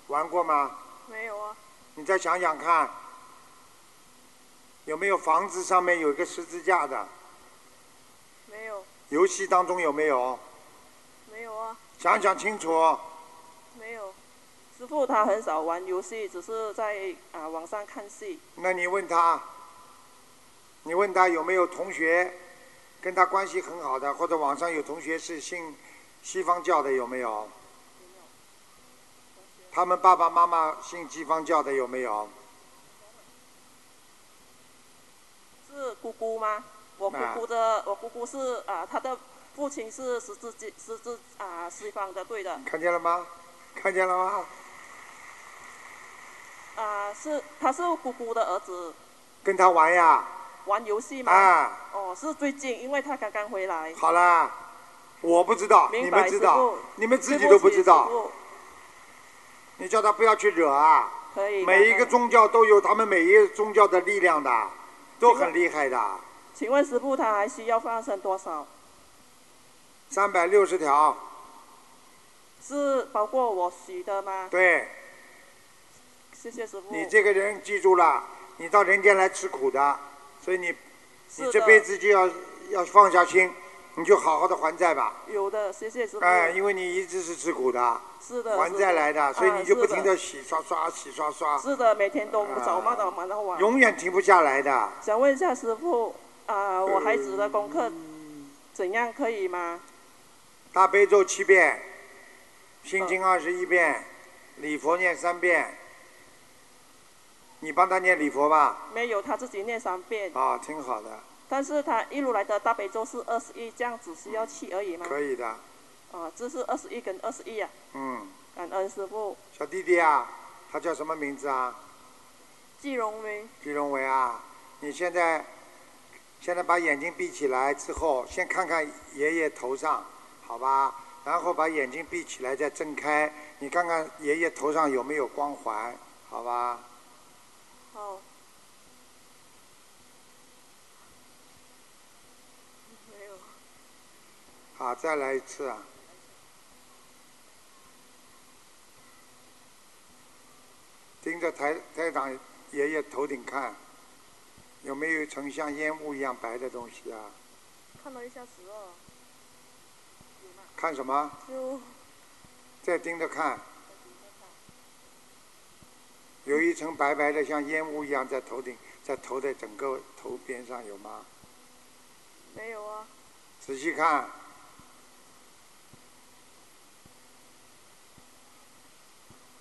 S2: 玩过吗？
S14: 没有啊？
S2: 你再想想看，有没有房子上面有一个十字架的？
S14: 没有，
S2: 游戏当中有没有？
S14: 没有啊，
S2: 想想清楚，
S14: 没有。师傅他很少玩游戏，只是在啊、网上看戏。
S2: 那你问他，你问他有没有同学跟他关系很好的，或者网上有同学是信西方教的有没有？他们爸爸妈妈信西方教的有没有？
S14: 是姑姑吗？我姑姑的，我姑姑是啊、她的父亲是十字街十字啊、西方的，对的。
S2: 看见了吗？看见了吗？
S14: 啊、是他是姑姑的儿子，
S2: 跟他玩呀！
S14: 玩游戏吗？
S2: 啊。
S14: 哦，是最近，因为他刚刚回来。
S2: 好啦，我不知道，你
S14: 明白
S2: 们知道
S14: 师，傅
S2: 你们自己
S14: 对
S2: 都
S14: 不
S2: 不
S14: 起
S2: 知道
S14: 师。傅
S2: 你叫他不要去惹啊！
S14: 可以。
S2: 每一
S14: 刚
S2: 个
S14: 刚。
S2: 宗教都有他们每一个宗教的力量的，都很厉害的。
S14: 请问师傅，他还需要放生多少？
S2: 三百六十条，
S14: 是包括我许的吗？
S2: 对
S14: 谢谢师傅。
S2: 你这个人记住了，你到人间来吃苦的，所以你
S14: 是
S2: 你
S14: 的
S2: 这辈子就要要放下心，你就好好的还债吧。
S14: 有的，谢谢师傅。
S2: 哎，因为你一直是吃苦的，
S14: 是的，
S2: 还
S14: 是
S2: 债来的，所以
S14: 啊
S2: 你就不停的
S14: 是
S2: 洗刷刷、洗刷刷
S14: 的，，是的，每天都早忙到忙到晚。
S2: 永远停不下来的。
S14: 想问一下师傅，啊、我孩子的功课怎样可以吗？
S2: 大悲咒七遍，心经二十一遍，礼佛念三遍。你帮他念礼佛吧，
S14: 没有，他自己念三遍。
S2: 啊，挺好的，
S14: 但是他一路来的大悲咒是二十一，这样只需要七而已吗？
S2: 可以的，
S14: 啊，这是二十一跟二十一啊，
S2: 嗯。
S14: 感恩师傅。
S2: 小弟弟啊，他叫什么名字啊？
S14: 季荣明，
S2: 季荣伟啊，你现在现在把眼睛闭起来之后，先看看爷爷头上，好吧？然后把眼睛闭起来再睁开，你看看爷爷头上
S14: 哦
S2: 有没有光环，好吧？
S14: 好，
S2: 好，再来一次啊。盯着台台长爷爷头顶看，有没有一层像烟雾一样白的东西啊？
S14: 看了一下时哦，有吗？
S2: 看什么？
S14: 有
S2: 再盯着看，有一层白白的，像烟雾一样在头顶，在头的整个头边上有吗？
S14: 没有啊？
S2: 仔细看，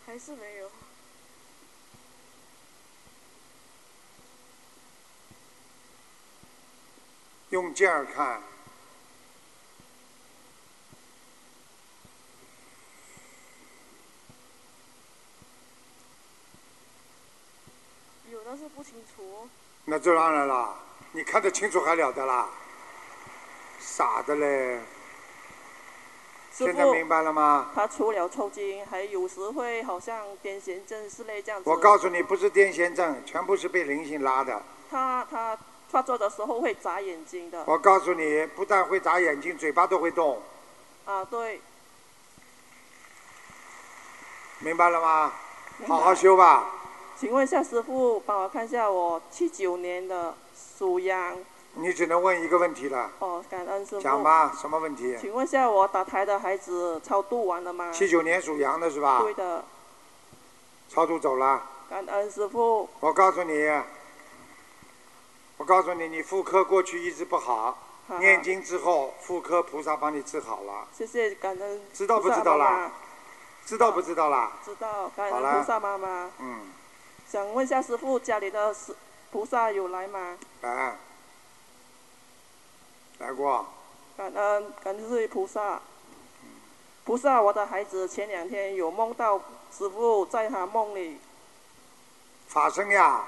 S14: 还是没有。
S2: 用劲儿看，
S14: 有，但是不清楚。
S2: 那就当然啦，你看得清楚还了得啦？傻的嘞！
S14: 师
S2: 现在
S14: 父
S2: 明白了吗？
S14: 他除了抽筋，还有时会好像癫痫症之类这样子。
S2: 我告诉你，不是癫痫症，全部是被灵性拉的。
S14: 他他发作的时候会眨眼睛的。
S2: 我告诉你，不但会眨眼睛，嘴巴都会动，
S14: 啊，对，
S2: 明白了吗？
S14: 明白
S2: 好好修吧。
S14: 请问一下师傅，帮我看一下我七九年的属羊。
S2: 你只能问一个问题了，
S14: 哦，感恩师傅。
S2: 讲吧，什么问题？
S14: 请问一下，我打胎的孩子超度完了吗？
S2: 七九年属羊的是吧？
S14: 对的，
S2: 超度走了。
S14: 感恩师傅。
S2: 我告诉你，我告诉你，你妇科过去一直不好，
S14: 好
S2: 念经之后，妇科菩萨帮你治好了，
S14: 谢谢感恩。
S2: 知道不知道啦？？知道不知道啦？
S14: 知道，感
S2: 好
S14: 恩
S2: 啦
S14: 菩萨妈妈。
S2: 嗯，
S14: 想问一下师傅，家里的师菩萨有来吗？
S2: 来，啊来过，嗯
S14: 感恩感恩是菩萨。菩萨，我的孩子前两天有梦到师傅在他梦里，
S2: 法身呀，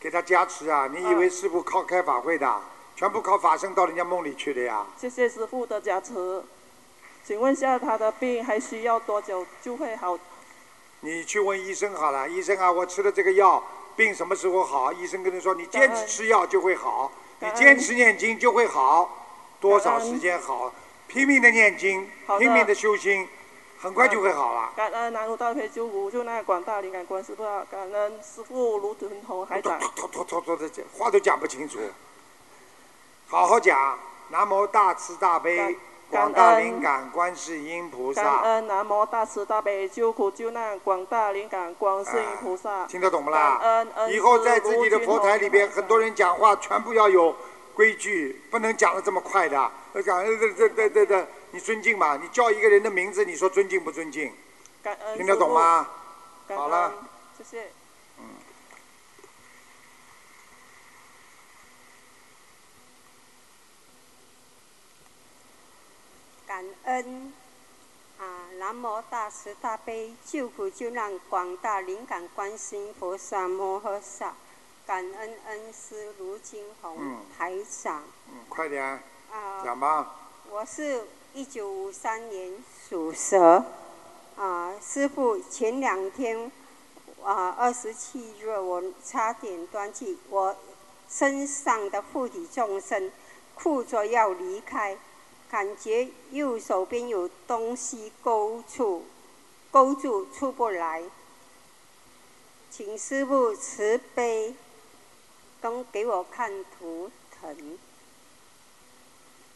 S2: 给他加持啊！你以为师傅靠开法会的，全部靠法身到人家梦里去的呀？
S14: 谢谢师傅的加持。请问一下，他的病还需要多久就会好？
S2: 你去问医生好了，医生啊，我吃了这个药，病什么时候好？医生跟你说，你坚持吃药就会好，你
S14: 感恩
S2: 坚持念经就会好，多少时间好？拼命的念经，
S14: 好的
S2: 拼命的修心，很快就会好了。
S14: 感恩南无大悲救苦救难广大灵感观世菩萨，感恩师傅卢屯红海长。
S2: 拖拖拖拖的，这话都讲不清楚。好好讲，南无大慈大悲
S14: 感
S2: 广大灵感观世音菩
S14: 感
S2: 萨，
S14: 恩南无大慈大悲救苦救难广大灵感观世音菩萨。
S2: 哎听得懂不
S14: 感
S2: 啦
S14: 恩恩？师
S2: 以后在自己的佛台里边，很多人讲话全部要有规矩，不能讲的这么快的。呃讲呃这这这这这，你尊敬嘛？你叫一个人的名字，你说尊敬不尊敬？
S14: 感恩
S2: 听得懂吗？
S14: 师父？
S2: 好
S14: 感
S2: 了
S14: 恩，谢谢。
S10: 感恩啊，南无大慈大悲救苦救难广大灵感观世音菩萨摩诃萨，感恩恩师卢金
S2: 嗯
S10: 红台长
S2: 嗯，快点
S10: 啊、
S2: 讲吧。
S10: 我是一九五三年
S2: 属
S10: 蛇。啊，师傅前两天啊二十七日我差点断气，我身上的附体众生哭着要离开，感觉右手边有东西勾住，勾住出不来，请师傅慈悲，跟给我看图腾。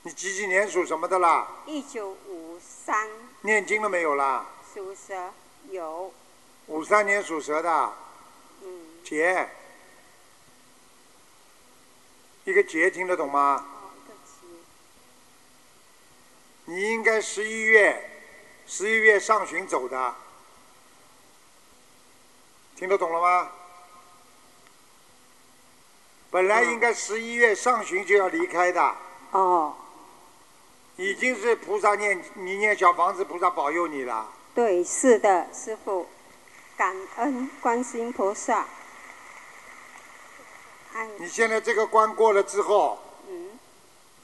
S2: 你几几年属什么的啦？
S10: 一九五三
S2: 念经了没有啦？
S10: 属蛇有，
S2: 五三年属蛇的，
S10: 嗯，
S2: 劫，一个劫听得懂吗？
S10: 好的，起
S2: 你应该十一月，十一月上旬走的，听得懂了吗？本来应该十一月上旬就要离开的，
S10: 哦，
S2: 已经是菩萨念你念小房子，菩萨保佑你了。
S10: 对，是的，师傅，感恩观世音菩萨，哎，
S2: 你现在这个关过了之后，
S10: 嗯，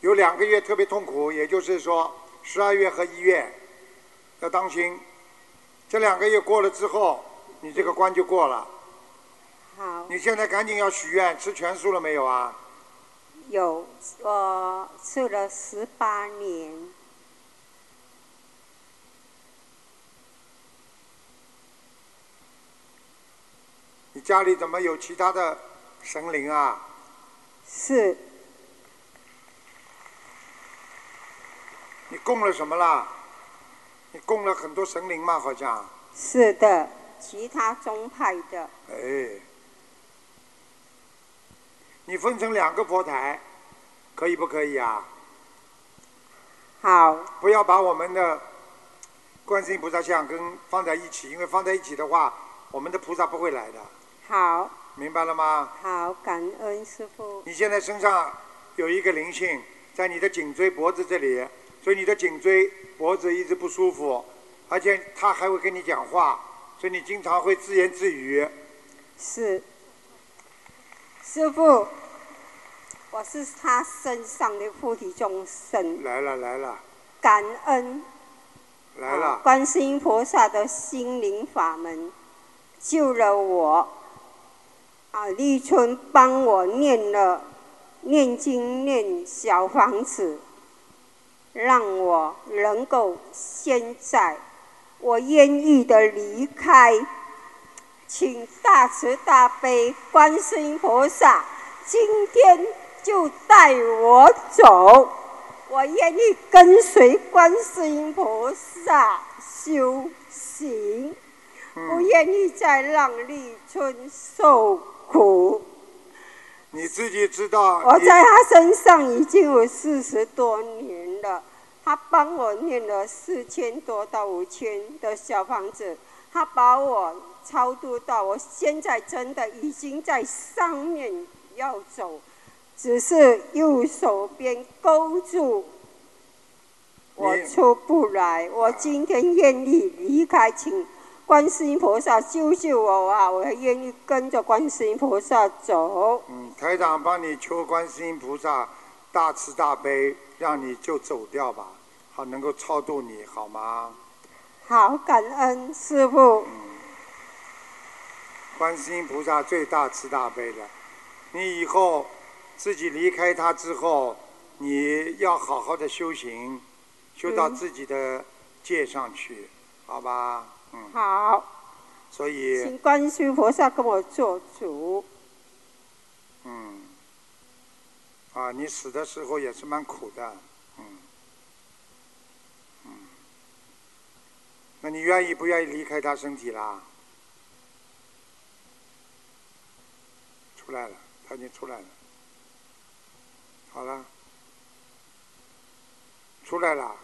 S2: 有两个月特别痛苦，也就是说十二月和一月要当心。这两个月过了之后，你这个关就过了。
S10: 好，
S2: 你现在赶紧要许愿，吃全素了没有啊？
S10: 呃有我吃了十八年，
S2: 家里怎么有其他的神灵啊？
S10: 是
S2: 你供了什么啦？你供了很多神灵嘛，好像。
S10: 是的，其他宗派的
S2: 哎，你分成两个佛台，可以不可以啊？
S10: 好，
S2: 不要把我们的观世音菩萨像跟放在一起，因为放在一起的话，我们的菩萨不会来的，
S10: 好
S2: 明白了吗？
S10: 好，感恩师傅。
S2: 你现在身上有一个灵性，在你的颈椎、脖子这里，所以你的颈椎、脖子一直不舒服，而且他还会跟你讲话，所以你经常会自言自语。
S10: 是，师傅，我是他身上的附体众生，
S2: 来了，来了，
S10: 感恩
S2: 来了，
S10: 啊观世音菩萨的心灵法门救了我。啊，立春帮我念了念经念小房子，让我能够现在我愿意的离开，请大慈大悲观世音菩萨，今天就带我走，我愿意跟随观世音菩萨修行，不愿意再让立春受苦。
S2: 你自己知道。
S10: 我
S2: 你
S10: 在他身上已经有四十多年了，他帮我念了四千多到五千的小房子，他把我超度到我现在真的已经在上面要走，只是右手边勾住我
S2: 你
S10: 出不来。我今天愿意离开，请观世音菩萨救救我啊！我愿意跟着观世音菩萨走。
S2: 嗯，台长帮你求观世音菩萨大慈大悲，让你就走掉吧，好能够超度你，好吗？
S10: 好，感恩师傅。
S2: 观世音菩萨最大慈大悲的，你以后自己离开他之后，你要好好的修行，修到
S10: 嗯
S2: 自己的界上去，好吧？嗯，
S10: 好，
S2: 所
S10: 请
S2: 以，
S10: 观世音菩萨跟我做主。
S2: 嗯，啊，你死的时候也是蛮苦的，嗯，嗯，那你愿意不愿意离开他身体啦？出来了，他已经出来了。好了，出来了。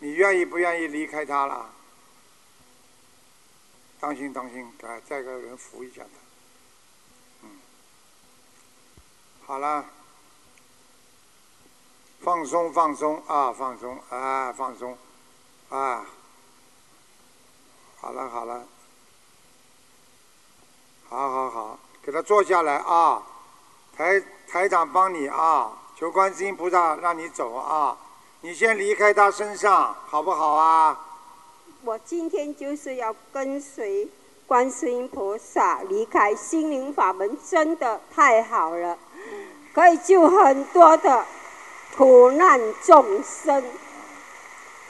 S2: 你愿意不愿意离开他啦？当心当心，来再给人扶一下他。嗯，好了，放松放松啊，放松啊，放松啊。好了好了，好好好，给他坐下来啊。台台长帮你啊，求观世音菩萨让你走啊，你先离开他身上好不好啊？
S10: 我今天就是要跟随观世音菩萨离开心灵法门，真的太好了，可以救很多的苦难众生，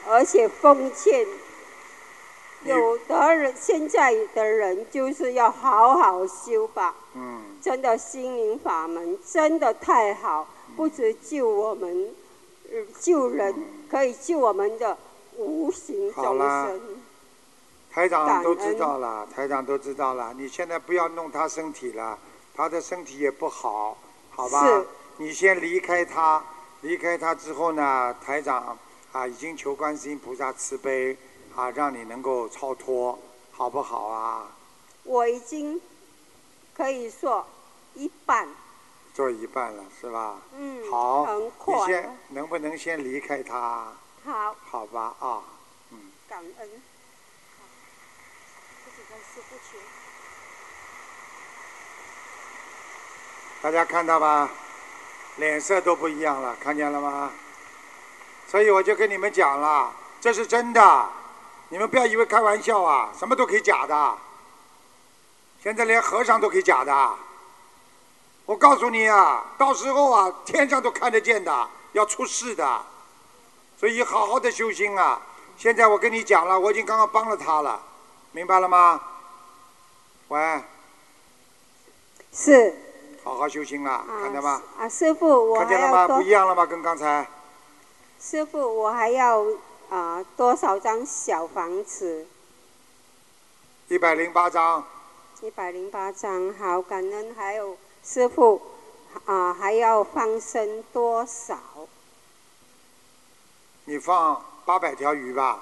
S10: 而且奉劝有的人现在的人就是要好好修吧。
S2: 嗯，
S10: 真的心灵法门真的太好，不止救我们，呃救人，可以救我们的无形
S2: 好
S10: 众
S2: 啦
S10: 生。
S2: 台
S10: 感
S2: 长
S10: 恩
S2: 都知道了，台长都知道了，你现在不要弄他身体了，他的身体也不好，好吧
S10: 是？
S2: 你先离开他，离开他之后呢，台长啊已经求观世音菩萨慈悲啊，让你能够超脱，好不好啊？
S10: 我已经可以说一半，
S2: 做一半了是吧？
S10: 嗯，
S2: 好，
S10: 很
S2: 你
S10: 快了
S2: 先能不能先离开他？
S10: 好，
S2: 好吧啊，
S10: 感恩。
S4: 自己跟师傅求。
S2: 大家看到吧，脸色都不一样了，看见了吗？所以我就跟你们讲了，这是真的，你们不要以为开玩笑啊，什么都可以假的。现在连和尚都可以假的，我告诉你啊，到时候啊，天上都看得见的，要出事的。所以好好的修心啊！现在我跟你讲了，我已经刚刚帮了他了，明白了吗？喂，
S10: 是
S2: 好好修心啦，看到吗？
S10: 啊，师傅，哎我
S2: 看
S10: 还
S2: 见了
S10: 要
S2: 吗？
S10: 多
S2: 不一样了吗？跟刚才
S10: 师傅，我还要啊、多少张小房子？
S2: 一百零八章，
S10: 一百零八张，好，感恩。还有师傅啊、还要放生多少？
S2: 你放八百条鱼吧。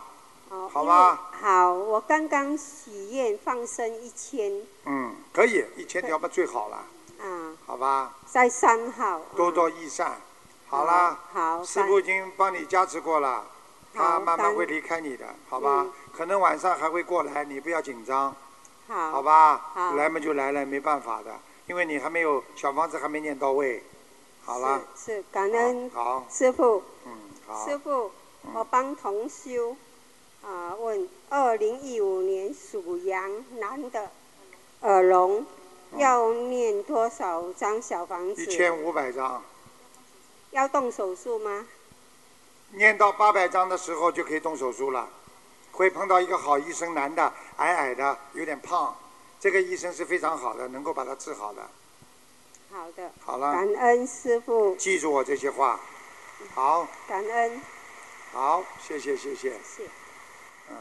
S10: 哦
S2: 好吗？
S10: 因为好，我刚刚许愿放生一千
S2: 嗯，可以，一千条吧最好了，
S10: 啊，
S2: 好吧？
S10: 在三号。
S2: 多多益善，好啦。
S10: 嗯好，
S2: 师
S10: 三
S2: 傅已经帮你加持过了，他
S10: 好
S2: 慢慢
S10: 感
S2: 会离开你的，好吧
S10: 嗯？
S2: 可能晚上还会过来，你不要紧张，
S10: 好，
S2: 好吧？
S10: 好
S2: 来嘛就来了，没办法的，因为你还没有小房子还没念到位，好啦。
S10: 是感恩
S2: 好，
S10: 师傅。
S2: 嗯，好。
S10: 师傅，我帮同修啊、问，二零一五年属羊男的耳聋，要念多少张小房
S2: 嗯
S10: 子？
S2: 一千五百张，
S10: 要动手术吗？
S2: 念到八百张的时候就可以动手术了。会碰到一个好医生，男的，矮矮的，有点胖，这个医生是非常好的，能够把他治好的。
S10: 好的，
S2: 好了，
S10: 感恩师傅，
S2: 记住我这些话。好，
S10: 感恩。
S2: 好，谢谢，谢谢。
S10: 是。
S2: 嗯，